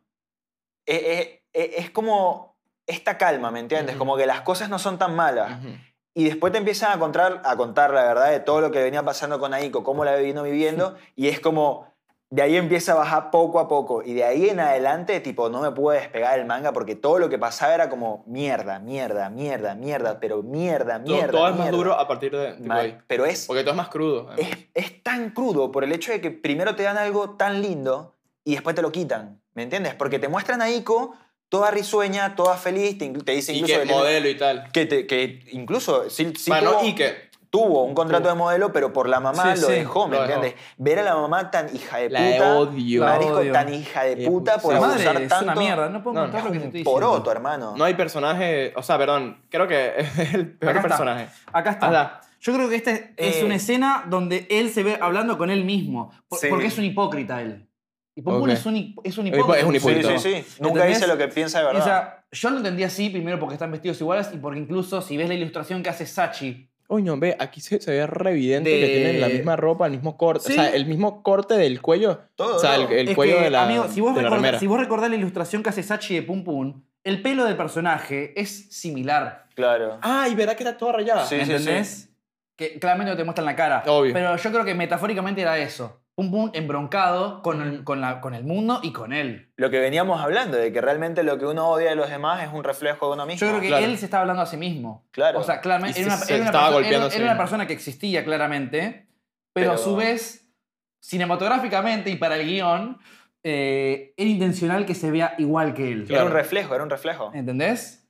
S4: eh, eh, eh, es, como esta calma, ¿me entiendes?
S2: Ujú.
S4: Como que las cosas no son tan malas.
S2: Ujú.
S4: Y después te empiezan a contar, a contar la verdad de todo lo que venía pasando con Aiko, cómo la vino viviendo, y es como, de ahí empieza a bajar poco a poco. Y de ahí en adelante, tipo, no me pude despegar del manga porque todo lo que pasaba era como mierda, mierda, mierda, mierda, pero mierda,
S2: Todo-
S4: mierda.
S2: todo es más
S4: mierda".
S2: duro a partir de. tipo,
S4: Mal.
S2: ahí.
S4: Pero es,
S2: Porque todo es más crudo. además.
S4: es, es tan crudo por el hecho de que primero te dan algo tan lindo y después te lo quitan. ¿Me entiendes? Porque te muestran a Ico toda risueña, toda feliz, te, inclu- te dicen
S2: y
S4: incluso
S2: que
S4: que tiene-
S2: modelo y tal.
S4: que, te- que incluso sí, sí
S2: bueno,
S4: tuvo-
S2: y que.
S4: tuvo un contrato de modelo, pero por la mamá
S3: Sí,
S4: lo
S3: sí,
S4: dejó, ¿me
S2: lo dejó.
S4: entiendes? Ver a la mamá tan hija de
S2: La
S4: puta,
S2: odio.
S3: La
S4: marico,
S3: odio.
S4: tan hija de
S1: Eh,
S4: puta por
S3: La
S4: abusar
S3: madre es
S4: tanto.
S3: una mierda, no puedo
S2: No,
S3: encontrar
S4: Es
S3: lo que te
S4: un
S3: estoy diciendo.
S4: poroto, hermano.
S2: No hay personaje. O sea, perdón. Creo que es el peor
S3: Acá está.
S2: personaje.
S3: Acá está.
S2: Ahora,
S3: Yo creo que esta es, es
S4: Eh.
S3: una escena donde él se ve hablando con él mismo. Por-
S4: Sí.
S3: Porque es un hipócrita él. Y Pompón
S1: Ok.
S3: es, un, hip- es un
S2: Es
S3: hipócrita.
S2: un
S4: sí,
S2: hipócrita.
S4: sí, sí. Nunca
S3: ¿Entendés?
S4: dice lo que piensa de
S3: Y,
S4: verdad.
S3: o sea, yo lo entendí así, primero porque están vestidos iguales y porque incluso si ves la ilustración que hace Sachi.
S1: Oño, ve, aquí se, se ve re evidente que
S3: De-
S1: tienen la misma ropa, el mismo corte. O sea,
S3: Sí.
S1: el mismo corte del cuello.
S4: Todo,
S1: o sea,
S4: todo.
S1: el, el
S3: Es
S1: cuello
S3: que,
S1: de la,
S3: amigo, si vos,
S1: de la
S3: recordás,
S1: remera.
S3: si vos recordás la ilustración que hace Sachi de Pum Pum, el pelo del personaje es similar.
S4: claro.
S2: Ah, y verá que está toda rayada.
S4: Sí.
S3: ¿Entendés? Que claramente no te muestran la cara.
S2: Obvio.
S3: Pero yo creo que metafóricamente era eso. Pum Pum embroncado con el, con la- con el mundo y con él.
S4: Lo que veníamos hablando, de que realmente lo que uno odia de los demás es un reflejo de uno mismo.
S3: Yo creo que
S2: Claro.
S3: él se estaba hablando a sí mismo.
S4: Claro.
S3: O sea, claramente
S2: Y
S3: era una,
S2: se- se
S3: era una
S2: estaba
S3: perso-
S2: golpeando
S3: era-
S2: a sí
S3: era una
S2: mismo.
S3: persona que existía claramente, pero, a
S4: Pero-
S3: su vez, cinematográficamente y para el guión, eh, era intencional que se vea igual que él.
S4: Era
S2: Claro.
S4: un reflejo, era un reflejo.
S3: Eh. ¿Entendés?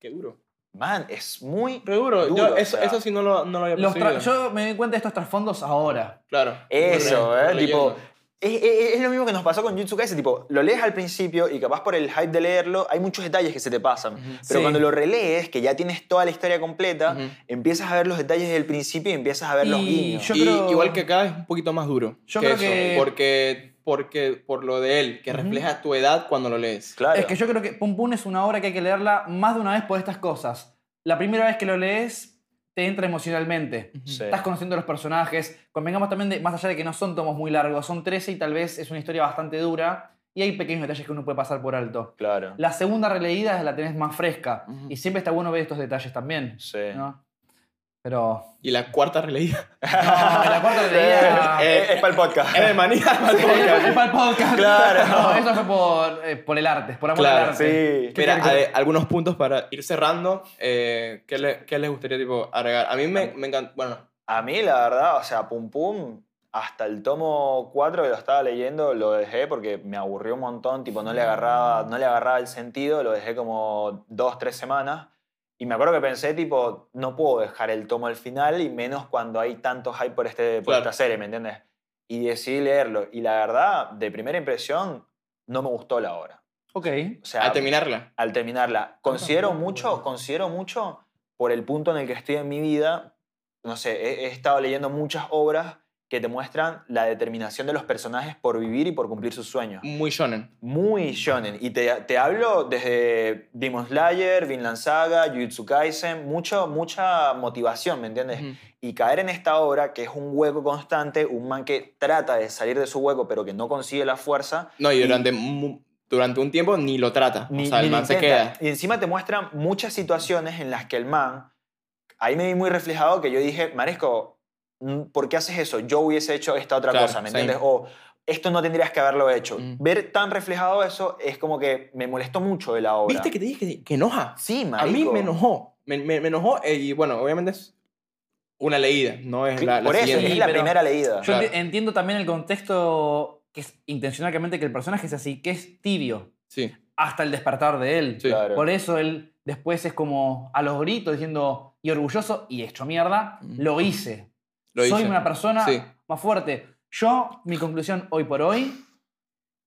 S2: Qué duro.
S4: Man, es muy...
S2: Re duro.
S4: Duro,
S2: Yo-
S4: o
S2: eso,
S4: sea.
S2: eso sí no lo, no lo había
S3: Los tra-
S2: percibido.
S3: yo me doy cuenta de estos trasfondos ahora.
S2: Claro.
S4: Eso, ¿eh?
S2: Re- releyendo.
S4: Tipo, es, es- es lo mismo que nos pasó con Jujutsu Kaisen. Tipo, lo lees al principio y capaz por el hype de leerlo hay muchos detalles que se te pasan. Pero
S3: Sí.
S4: cuando lo relees, que ya tienes toda la historia completa,
S2: Ujú.
S4: empiezas a ver los detalles del principio y empiezas a ver los
S3: Y
S4: guiños.
S3: yo-
S2: Y
S3: creo-
S2: igual que acá es un poquito más duro.
S3: Yo creo que-
S2: Porque, porque por lo de él, que
S3: Ujú.
S2: refleja tu edad cuando lo lees.
S4: Claro.
S3: Es que yo creo que Pum Pum es una obra que hay que leerla más de una vez por estas cosas. La primera vez que lo lees, te entra emocionalmente.
S4: Sí.
S3: Estás conociendo los personajes. Convengamos también, de, más allá de que no son tomos muy largos, son 13 y tal vez es una historia bastante dura. Y hay pequeños detalles que uno puede pasar por alto.
S4: Claro.
S3: La segunda releída la tenés más fresca.
S2: Ujú.
S3: Y siempre está bueno ver estos detalles también.
S4: Sí.
S3: ¿no? Pero.
S2: Y la cuarta releída.
S3: No, la cuarta releída.
S4: Eh, es, para el podcast.
S2: Es de manía. mal podcast.
S3: Es para el podcast.
S4: Claro.
S3: No, eso fue por, eh, por el arte, por amor
S2: Claro,
S3: al arte.
S4: Sí.
S2: Mira,
S3: tal?
S2: ade- algunos puntos para ir cerrando. eh, ¿qué, le- qué les gustaría tipo, agregar? A mí me, me encanta. Bueno,
S4: A mí, la verdad, o sea, Pum Pum, hasta el tomo 4 que lo estaba leyendo, lo dejé porque me aburrió un montón, tipo, no le agarraba, no le agarraba el sentido, lo dejé como dos, tres semanas. Y me acuerdo que pensé, tipo, no puedo dejar el tomo al final, y menos cuando hay tanto hype por, este, por
S2: Claro.
S4: esta serie, ¿me entiendes? Y decidí leerlo. Y la verdad, de primera impresión, no me gustó la obra.
S3: Ok.
S4: O sea,
S2: a terminarla.
S4: al terminarla. Considero mucho, considero mucho por el punto en el que estoy en mi vida. No sé, he, he estado leyendo muchas obras que te muestran la determinación de los personajes por vivir y por cumplir sus sueños.
S2: Muy shonen.
S4: Muy shonen. Y te, te hablo desde Demon Slayer, Vinland Saga, Jujutsu Kaisen, mucho, mucha motivación, ¿me entiendes?
S2: Ujú.
S4: Y caer en esta obra, que es un hueco constante, un man que trata de salir de su hueco, pero que no consigue la fuerza,
S2: No, y
S4: Y-
S2: durante, mu- durante un tiempo ni lo trata.
S4: ni-
S2: o sea,
S4: ni
S2: el
S4: lo
S2: man se
S4: intenta.
S2: queda.
S4: Y encima te muestran muchas situaciones en las que el man, ahí me vi muy reflejado que yo dije, Maresco, mm, ¿por qué haces eso? Yo hubiese hecho esta otra
S2: Claro,
S4: cosa, ¿me
S2: same.
S4: entiendes? O esto no tendrías que haberlo hecho.
S2: Mm.
S4: Ver tan reflejado eso es como que me molestó mucho de la obra.
S2: ¿Viste que te dije que, que enoja?
S4: Sí,
S2: a
S4: marico.
S2: mí me enojó. Me, me- me enojó. eh, y bueno, obviamente es una leída. No es
S4: Cl-
S2: la, la
S4: Por eso,
S2: siguiente.
S4: es la
S3: Pero-
S4: primera leída.
S3: Yo
S2: Claro.
S3: enti- entiendo también el contexto que es intencionalmente que el personaje es así, que es tibio
S2: Sí.
S3: hasta el despertar de él.
S2: Sí.
S4: Claro.
S3: Por eso él después es como a los gritos diciendo y orgulloso y hecho mierda,
S2: Mm.
S3: lo hice.
S2: Lo
S3: Soy
S2: hice.
S3: una persona
S2: Sí.
S3: más fuerte. Yo, mi conclusión hoy por hoy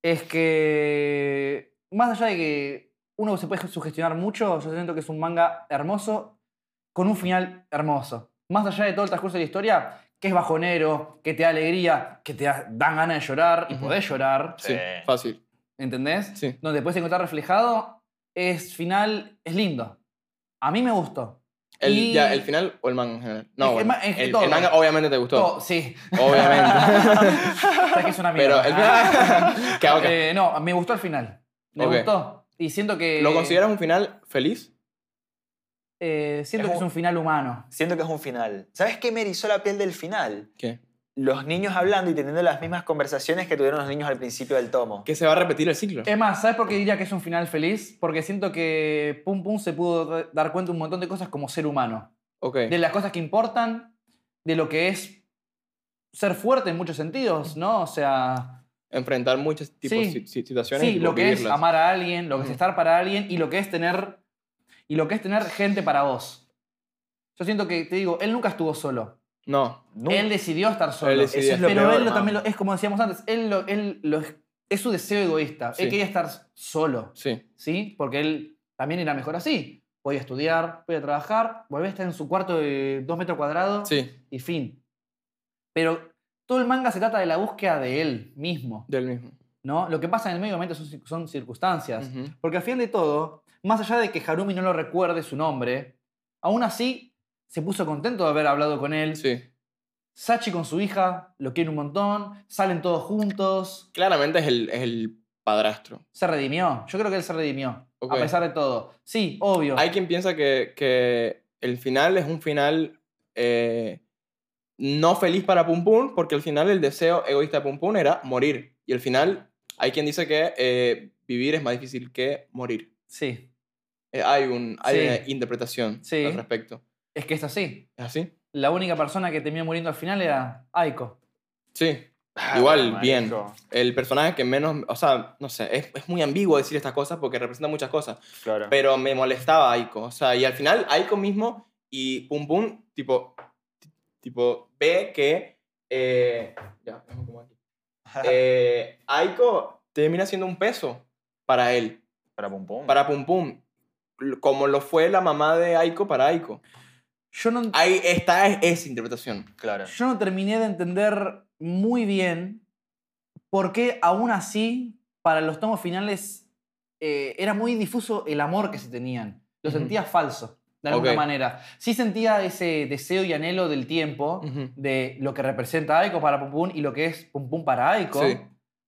S3: es que más allá de que uno se puede sugestionar mucho, yo siento que es un manga hermoso con un final hermoso. Más allá de todo el transcurso de la historia, que es bajonero, que te da alegría, que te da- dan ganas de llorar y
S2: Ujú.
S3: podés llorar,
S2: Sí,
S4: Sí.
S2: fácil.
S3: ¿entendés?
S2: Sí.
S3: Donde puedes encontrar reflejado, es final, es lindo. A mí me gustó.
S2: El,
S3: Y-
S2: ya, el final o el manga en general. No,
S3: Es que
S2: bueno,
S3: el ma- es que
S2: el,
S3: todo.
S2: el manga obviamente te gustó.
S3: Todo, sí,
S2: Obviamente.
S3: Sabés que es una
S2: Pero
S3: mierda.
S2: el
S3: Ah.
S2: final. ¿Qué hago acá?
S3: Eh, no, me gustó el final. Me
S2: Ok.
S3: gustó. Y siento que.
S2: ¿Lo consideras un final feliz?
S3: eh, siento
S4: Es
S3: que es
S4: un-
S3: un final humano.
S4: Siento que es un final. ¿Sabes qué me erizó la piel del final?
S2: ¿Qué?
S4: los niños hablando y teniendo las mismas conversaciones que tuvieron los niños al principio del tomo.
S2: Que se va a repetir el ciclo.
S3: Es más, ¿sabes por qué diría que es un final feliz? Porque siento que Pum Pum se pudo dar cuenta de un montón de cosas como ser humano.
S2: Ok.
S3: De las cosas que importan, de lo que es ser fuerte en muchos sentidos, ¿no? O sea,
S2: Enfrentar muchas tipos,
S3: Sí.
S2: si- si- situaciones
S3: sí,
S2: y
S3: lo que es
S2: vivirlas.
S3: amar a alguien, lo que es
S2: Ujú.
S3: estar para alguien y lo que es tener y lo que es tener gente para vos. Yo siento que te digo, él nunca estuvo solo.
S2: No,
S4: No,
S3: Él decidió estar solo.
S2: Él decidió. Ah.
S4: Eso es lo
S3: pero
S4: peor,
S3: él lo-
S4: man.
S3: también lo- es como decíamos antes, él lo, él lo- es su deseo egoísta.
S2: Sí.
S3: Él quería estar solo.
S2: sí.
S3: ¿sí? Porque él también era mejor así. Voy a estudiar, voy a trabajar, volví a estar en su cuarto de 2 metros cuadrados
S2: Sí,
S3: y fin. Pero todo el manga se trata de la búsqueda de él mismo,
S2: del mismo.
S3: ¿no? Lo que pasa en el medio momento son, cir- son circunstancias.
S2: Ujú.
S3: Porque al final de todo, más allá de que Harumi no lo recuerde su nombre, aún así se puso contento de haber hablado con él.
S2: Sí.
S3: Sachi con su hija lo quiere un montón, salen todos juntos,
S2: Claramente es el, es el padrastro.
S3: se redimió. Yo creo que él se redimió,
S2: Ok.
S3: a pesar de todo. Sí, obvio.
S2: Hay quien piensa que, que el final es un final eh, no feliz para Pum Pum, porque al final el deseo egoísta de Pum Pum era morir. Y al final hay quien dice que eh, vivir es más difícil que morir.
S3: Sí.
S2: Eh, hay un, hay
S3: Sí.
S2: una interpretación
S3: Sí.
S2: al respecto.
S3: Es que es así.
S2: ¿Es así?
S3: La única persona que terminó muriendo al final era Aiko.
S2: Sí.
S4: Ah,
S2: Igual,
S4: marico.
S2: bien. El personaje que menos, o sea, no sé, es, es muy ambiguo decir estas cosas porque representa muchas cosas.
S4: Claro.
S2: Pero me molestaba Aiko. O sea, y al final Aiko mismo y Pum Pum, tipo, ti- tipo ve que... eh, ya, déjame como aquí. Eh, Aiko termina siendo un peso para él,
S4: para Pum Pum.
S2: para Pum Pum. l- Como lo fue la mamá de Aiko para Aiko.
S3: Yo no,
S2: Ahí está es- esa interpretación.
S4: Claro.
S3: yo no terminé de entender muy bien por qué aún así para los tomos finales eh, era muy difuso el amor que se tenían. Lo
S2: Ujú.
S3: sentía falso, de alguna
S2: Ok.
S3: manera. Sí sentía ese deseo y anhelo del tiempo,
S2: Ujú.
S3: de lo que representa Aiko para Pum Pum y lo que es Pum Pum para Aiko.
S2: Sí.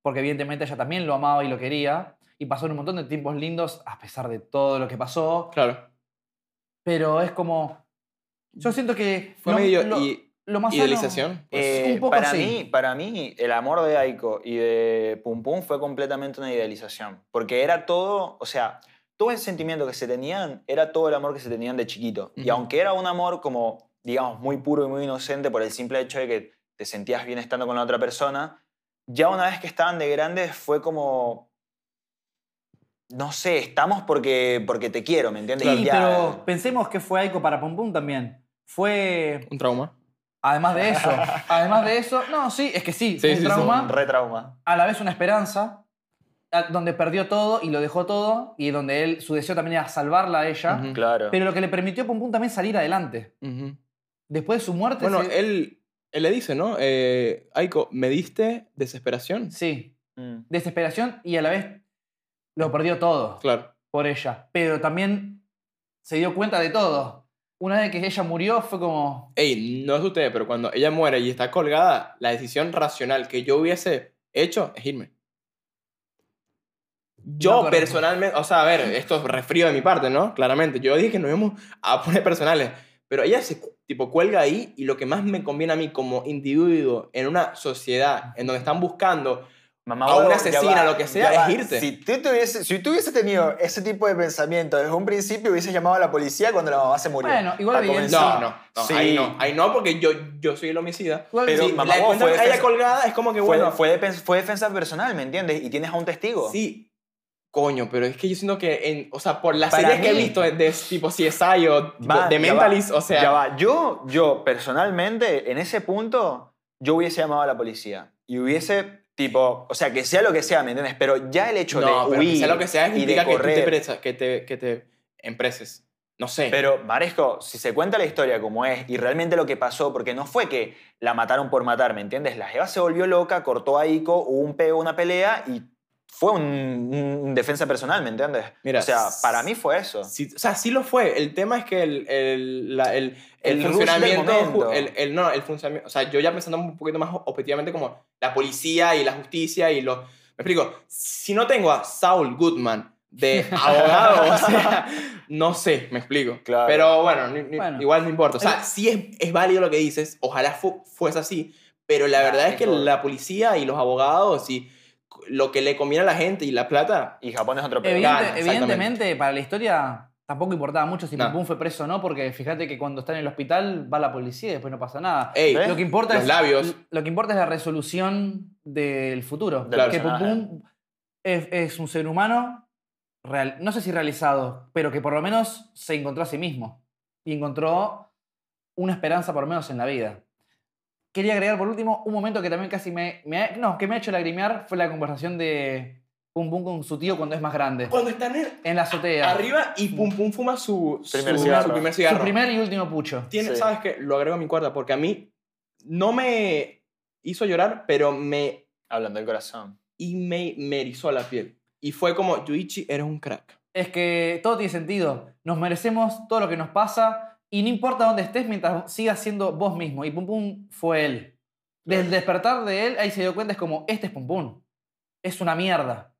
S3: porque evidentemente ella también lo amaba y lo quería, y pasaron un montón de tiempos lindos a pesar de todo lo que pasó,
S2: Claro.
S3: pero es como... Yo siento que...
S2: Fue
S3: lo-
S2: medio
S3: lo-
S2: i-
S3: lo más sano-
S2: idealización. pues.
S4: Eh,
S3: un poco
S4: para,
S3: sí.
S4: mí, para mí, el amor de Aiko y de Pum Pum fue completamente una idealización. Porque era todo, o sea, todo el sentimiento que se tenían era todo el amor que se tenían de chiquito. Y
S2: Ujú.
S4: aunque era un amor como, digamos, muy puro y muy inocente por el simple hecho de que te sentías bien estando con la otra persona, ya una vez que estaban de grandes fue como... No sé, estamos porque, porque te quiero, ¿me entiendes?
S3: Sí,
S4: Y ya-
S3: pero pensemos que fue Aiko para Pum Pum también. Fue...
S2: un trauma.
S3: Además de eso, además de eso, no, sí, es que sí,
S2: Sí,
S3: un
S2: sí, sí.
S3: trauma,
S4: Re trauma.
S3: a la vez una esperanza, a- donde perdió todo y lo dejó todo, y donde él, su deseo también era salvarla a ella,
S2: Ujú.
S4: Claro.
S3: pero lo que le permitió a Pum Pum también salir adelante.
S2: Ujú.
S3: Después de su muerte...
S2: Bueno, eh-
S3: se-
S2: él, él le dice, ¿no? Eh, Aiko, me diste desesperación.
S3: Sí,
S4: Mm.
S3: desesperación y a la vez lo perdió todo
S2: Claro.
S3: por ella. Pero también se dio cuenta de todo. Una vez que ella murió fue como...
S2: Ey, no es usted, pero cuando ella muere y está colgada, la decisión racional que yo hubiese hecho es irme. Yo
S3: No, pero-
S2: personalmente, o sea, a ver, esto es refrío de mi parte, ¿no? Claramente, yo dije que nos íbamos a poner personales, pero ella se cu- tipo cuelga ahí y lo que más me conviene a mí como individuo en una sociedad en donde están buscando
S4: Mamá,
S2: a una
S4: huevo,
S2: asesina,
S4: ya
S2: lo que sea,
S4: ya
S2: es
S4: va.
S2: irte.
S4: Si tú, tuviese, si tú hubiese tenido ese tipo de pensamiento desde un principio, hubieses llamado a la policía cuando la mamá se murió.
S3: Bueno, igual
S4: Para
S3: bien.
S4: comenzar.
S2: No, no, no,
S4: Sí.
S2: ahí no, ahí no porque yo, yo soy el homicida.
S3: Igual
S2: Pero
S3: sí,
S2: si la
S4: mamá, vos
S2: encuentran
S4: fue
S2: a ella
S4: defensa-
S2: colgada es como que
S4: Fue,
S2: bueno,
S4: fue, defen- fue defensa personal, ¿me entiendes? Y tienes a un testigo.
S2: Sí, coño, pero es que yo siento que, en, o sea, por las
S4: Para
S2: series que he
S4: mí-
S2: visto de, de tipo CSI o tipo
S4: Va,
S2: de
S4: ya
S2: Mentalist,
S4: va,
S2: o sea,
S4: Ya va. Yo, yo, personalmente, en ese punto, yo hubiese llamado a la policía. Y hubiese, tipo, o sea, que sea lo que sea, ¿me entiendes? Pero ya el hecho
S2: no,
S4: de
S2: pero
S4: huir
S2: que sea lo que sea,
S4: y
S2: implica
S4: de
S2: que tú te,
S4: correr...
S2: presa- que, te, que te empreses. No sé.
S4: Pero, Maresco, si se cuenta la historia como es y realmente lo que pasó, porque no fue que la mataron por matar, ¿me entiendes? La Jeva se volvió loca, cortó a Ico, hubo un peo, una pelea y fue un, un defensa personal, ¿me entiendes?
S2: Mira,
S4: o sea,
S2: s-
S4: para mí fue eso.
S2: Sí, o sea, sí lo fue. El tema es que el, el, la- el, el
S4: El rush del
S2: funcionamiento.
S4: momento.
S2: El, el- no, el funcionamiento. O sea, yo ya pensando un poquito más objetivamente como la policía y la justicia y los. Me explico. Si no tengo a Saul Goodman de abogado, o sea, no sé, me explico.
S4: Claro.
S2: Pero bueno, ni- ni-
S3: Bueno.
S2: igual no importa. O sea, sí es, es válido lo que dices. Ojalá fu- fuese así. Pero la
S4: Ah,
S2: verdad es
S4: es
S2: que
S4: todo.
S2: la policía y los abogados y cu- lo que le conviene a la gente y la plata.
S4: Y Japón es otro
S2: Gana,
S3: Evidente-
S4: país.
S2: exactamente.
S3: evidentemente, para la historia tampoco importaba mucho si
S2: No.
S3: Pum Pum fue preso o no, porque fíjate que cuando está en el hospital va la policía y después no pasa nada.
S2: Ey,
S4: ¿Eh?
S3: Lo que importa
S2: Los
S3: es
S2: labios.
S3: Lo que importa es la resolución del futuro.
S4: Del
S3: que Pum
S4: personaje.
S3: Pum es, es un ser humano, real- no sé si realizado, pero que por lo menos se encontró a sí mismo y encontró una esperanza por lo menos en la vida. Quería agregar por último un momento que también casi me, me ha- no, que me ha hecho lagrimear fue la conversación de Pum Pum con su tío cuando es más grande.
S2: Cuando están en-
S3: En la azotea.
S2: arriba y Pum Pum fuma su
S4: Primer
S2: su,
S4: cigarro.
S2: su primer
S3: Mm. Su
S2: cigarro.
S3: primer y último pucho.
S2: Tiene-
S4: Sí.
S2: ¿Sabes qué? Lo agrego a mi cuarta porque a mí no me hizo llorar, pero me,
S4: Hablando del corazón.
S2: y me, me erizó la piel. Y fue como, Yuichi, eres un crack.
S3: Es que todo tiene sentido. Nos merecemos todo lo que nos pasa y no importa dónde estés mientras sigas siendo vos mismo. Y Pum Pum fue él. Desde el despertar de él, ahí se dio cuenta, es como, este es Pum Pum. Es una mierda.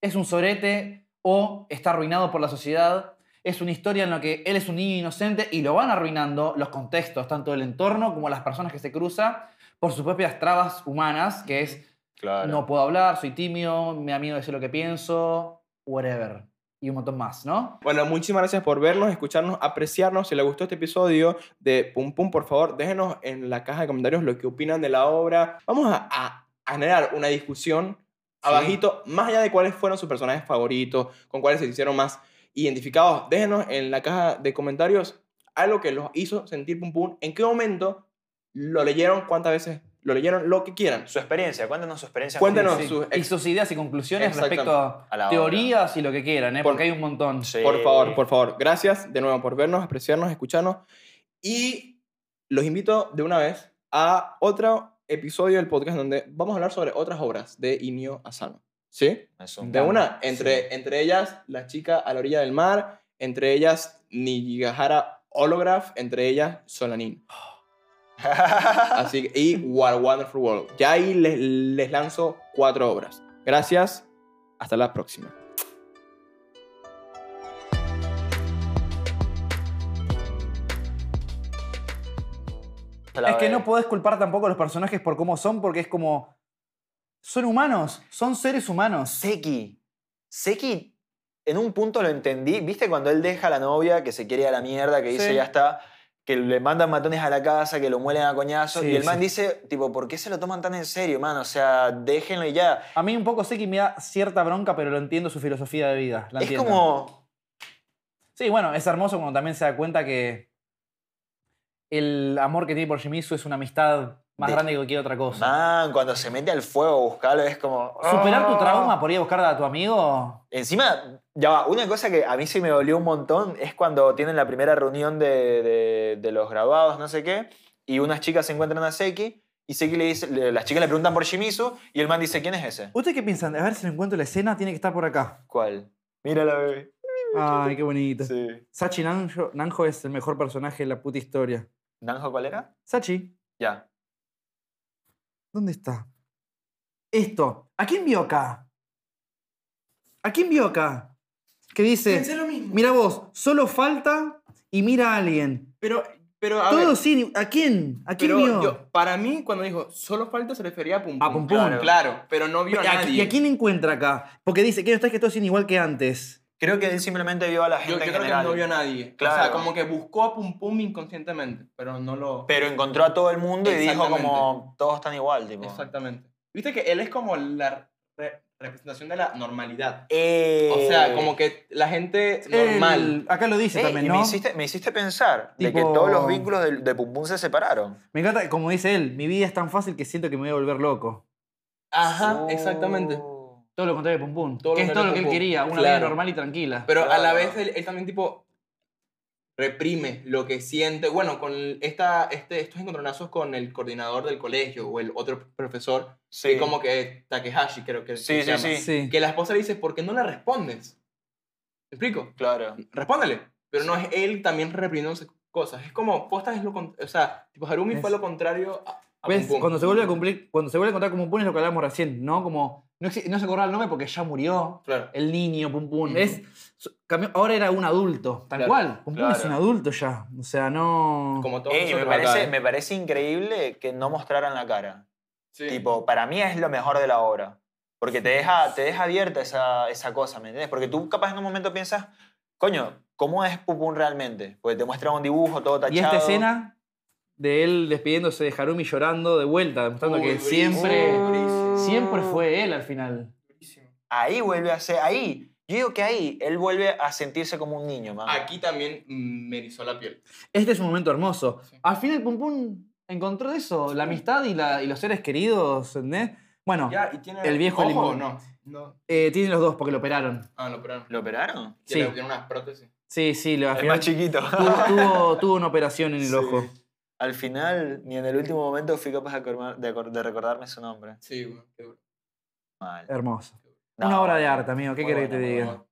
S3: Es un sorete o está arruinado por la sociedad. Es una historia en la que él es un niño inocente y lo van arruinando los contextos, tanto del entorno como las personas que se cruza, por sus propias trabas humanas, que es
S4: Claro.
S3: no puedo hablar, soy tímido, me da miedo decir lo que pienso, whatever. Y un montón más, ¿no?
S2: Bueno, muchísimas gracias por vernos, escucharnos, apreciarnos. Si les gustó este episodio de Pum Pum, por favor, déjenos en la caja de comentarios lo que opinan de la obra. Vamos a, a- a generar una discusión abajito, más allá de cuáles fueron sus personajes favoritos, con cuáles se hicieron más identificados. Déjenos en la caja de comentarios algo que los hizo sentir Pum Pum, en qué momento lo leyeron, cuántas veces lo leyeron, lo que quieran.
S4: Su experiencia, cuéntanos su experiencia.
S2: Cuéntanos
S4: Sí, sí.
S2: sus
S3: Y
S2: ex-
S3: sus ideas y conclusiones
S2: Exactamente.
S3: respecto a,
S4: A la obra.
S3: teorías y lo que quieran, ¿eh?
S2: Por-
S3: Porque hay un montón.
S4: Sí.
S2: Por favor, por favor. Gracias de nuevo por vernos, apreciarnos, escucharnos. Y los invito de una vez a otro episodio del podcast donde vamos a hablar sobre otras obras de Inio Asano. ¿Sí?
S4: Es un
S2: De
S4: tema.
S2: una. Entre, entre ellas, La chica a la orilla del mar. Entre ellas, Nigihara Holograph. Entre ellas, Solanin. Así que- y What a Wonderful World. Ya ahí les, les lanzo cuatro obras. Gracias. Hasta la próxima.
S4: La
S3: Es que
S4: verdad.
S3: no podés culpar tampoco a los personajes por cómo son, porque es como. Son humanos, son seres humanos.
S4: Seki. Seki, en un punto lo entendí. ¿Viste cuando él deja a la novia que se quiere ir a la mierda, que dice
S3: Sí.
S4: ya está, que le mandan matones a la casa, que lo muelen a coñazos?
S3: Sí,
S4: y el
S3: sí.
S4: man dice, tipo, ¿por qué se lo toman tan en serio, man? O sea, déjenlo y ya.
S3: A mí un poco sé que me da cierta bronca, pero lo entiendo su filosofía de vida. la
S4: es
S3: entiendo.
S4: como.
S3: Sí, bueno, es hermoso cuando también se da cuenta que el amor que tiene por Shimizu es una amistad más
S4: De-
S3: grande que cualquier otra cosa.
S4: Man, cuando se mete al fuego a buscarlo, es como.
S3: Superar tu
S4: "Ah".
S3: trauma por ir a buscar a tu amigo.
S4: Encima, ya va, una cosa que a mí sí me dolió un montón es cuando tienen la primera reunión de, de- de los graduados, no sé qué, y unas chicas se encuentran a Seki, y Seki le dice, le- las chicas le preguntan por Shimizu, y el man dice, ¿quién es ese?
S3: ¿Ustedes qué piensan? A ver si no encuentro la escena, tiene que estar por acá.
S4: ¿Cuál? Mírala, bebé.
S3: Ay, qué bonito.
S4: Sí.
S3: Sachi Nanjo, Nanjo es el mejor personaje de la puta historia.
S4: ¿Nanjo cuál era?
S3: Sachi,
S4: Ya.
S3: ¿dónde está? Esto. ¿A quién vio acá? ¿A quién vio acá? Que dice,
S2: lo mismo.
S3: mira vos, solo falta y mira a alguien.
S2: Pero, pero a
S3: Todos sí, ¿a quién? ¿A quién
S2: Pero
S3: vio?
S2: yo- para mí, cuando dijo solo falta, se refería a Pum Pum.
S3: A Pum Pum.
S2: Claro, claro, pero no vio a
S3: ¿A-
S2: nadie.
S3: ¿Y a quién encuentra acá? Porque dice que no está que todos son igual que antes.
S4: Creo que él simplemente vio a la
S2: Yo, yo
S4: gente en
S2: creo que
S4: general,
S2: no vio a nadie. O sea,
S4: Claro.
S2: como que buscó a Pum Pum inconscientemente, pero no lo...
S4: Pero encontró a todo el mundo y dijo
S2: Exactamente.
S4: como, todos están igual, tipo.
S2: Exactamente. Viste que él es como la re- representación de la normalidad.
S4: Eh.
S2: O sea, como que la gente normal.
S3: El- acá lo dice
S4: Eh,
S3: también,
S4: y
S3: ¿no?
S4: me, hiciste, me hiciste pensar de que
S3: Tipo-
S4: todos los vínculos de, de Pum Pum se separaron.
S3: Me encanta, como dice él, mi vida es tan fácil que siento que me voy a volver loco.
S2: Ajá, exactamente.
S4: Oh.
S3: Todo lo contrario de Pum Pum.
S2: Todo lo
S3: que es todo lo
S2: contrario
S3: que
S2: de Pum
S3: él
S2: Pum.
S3: quería, una vida
S2: Claro.
S3: normal y tranquila.
S2: Pero a la
S4: Claro.
S2: vez él, él también tipo reprime lo que siente. Bueno, con esta, este, estos encontronazos con el coordinador del colegio o el otro profesor,
S4: Sí.
S2: que como que Takehashi creo que
S4: Sí,
S2: que se
S4: sí,
S2: llama.
S3: sí.
S2: Que la esposa le dice, ¿por qué no le respondes? ¿Me explico?
S4: Claro.
S2: Respóndele. Pero no es él también reprimiéndose cosas. Es como, postas es lo contrario. O sea, tipo Harumi
S3: Es-
S2: fue lo contrario a, A
S3: ¿Ves?
S2: Pum Pum.
S3: Cuando se vuelve a cumplir, cuando se vuelve a encontrar con Pum Pum es lo que hablábamos recién, ¿no? Como no, exi- no se acordaba el nombre porque ya murió
S2: Claro.
S3: el niño Pum Pum.
S2: Ujú.
S3: Es, so- cambió- ahora era un adulto, tal
S2: Claro,
S3: cual. Pum Pum es un
S4: claro.
S3: adulto ya. O sea, no.
S2: Como todos
S4: Ey, me,
S2: nosotros acá,
S4: parece,
S2: ¿eh?
S4: me parece increíble que no mostraran la cara.
S2: Sí.
S4: Tipo, para mí es lo mejor de la obra. Porque te deja, te deja abierta esa, esa cosa, ¿me entiendes? Porque tú capaz en un momento piensas, coño, ¿cómo es Pupun realmente? Porque te muestra un dibujo todo tachado.
S3: y esta escena de él despidiéndose de Harumi llorando de vuelta, demostrando
S2: Uy,
S3: que
S2: durísimo,
S3: siempre,
S2: durísimo,
S3: siempre fue él al final.
S2: durísimo.
S4: Ahí vuelve a ser, ahí. Yo digo que ahí él vuelve a sentirse como un niño, man.
S2: Aquí también mm, me erizó la piel.
S3: Este es un momento hermoso.
S2: Sí.
S3: Al final Pum Pum encontró eso, la amistad y, la- y los seres queridos, ¿entendés? Bueno,
S2: Ya, y tiene
S3: El viejo
S2: ojo,
S3: limón.
S2: No, no.
S3: eh, tienen los dos porque lo operaron.
S2: Ah, lo operaron.
S4: ¿Lo operaron?
S3: Sí,
S2: Tiene, tiene unas prótesis.
S3: sí, sí, lo, al
S4: El
S3: final
S4: más chiquito.
S3: tuvo, tuvo- tuvo una operación en el
S4: Sí.
S3: ojo.
S4: Al final, ni en el último momento fui capaz de, acordar- de acor- de recordarme su nombre.
S2: Sí, güey. qué duro.
S4: Mal.
S3: Hermoso.
S4: No,
S3: una obra de arte, amigo, ¿qué
S4: muy
S3: querés que te
S4: buena, muy
S3: diga?
S4: buena.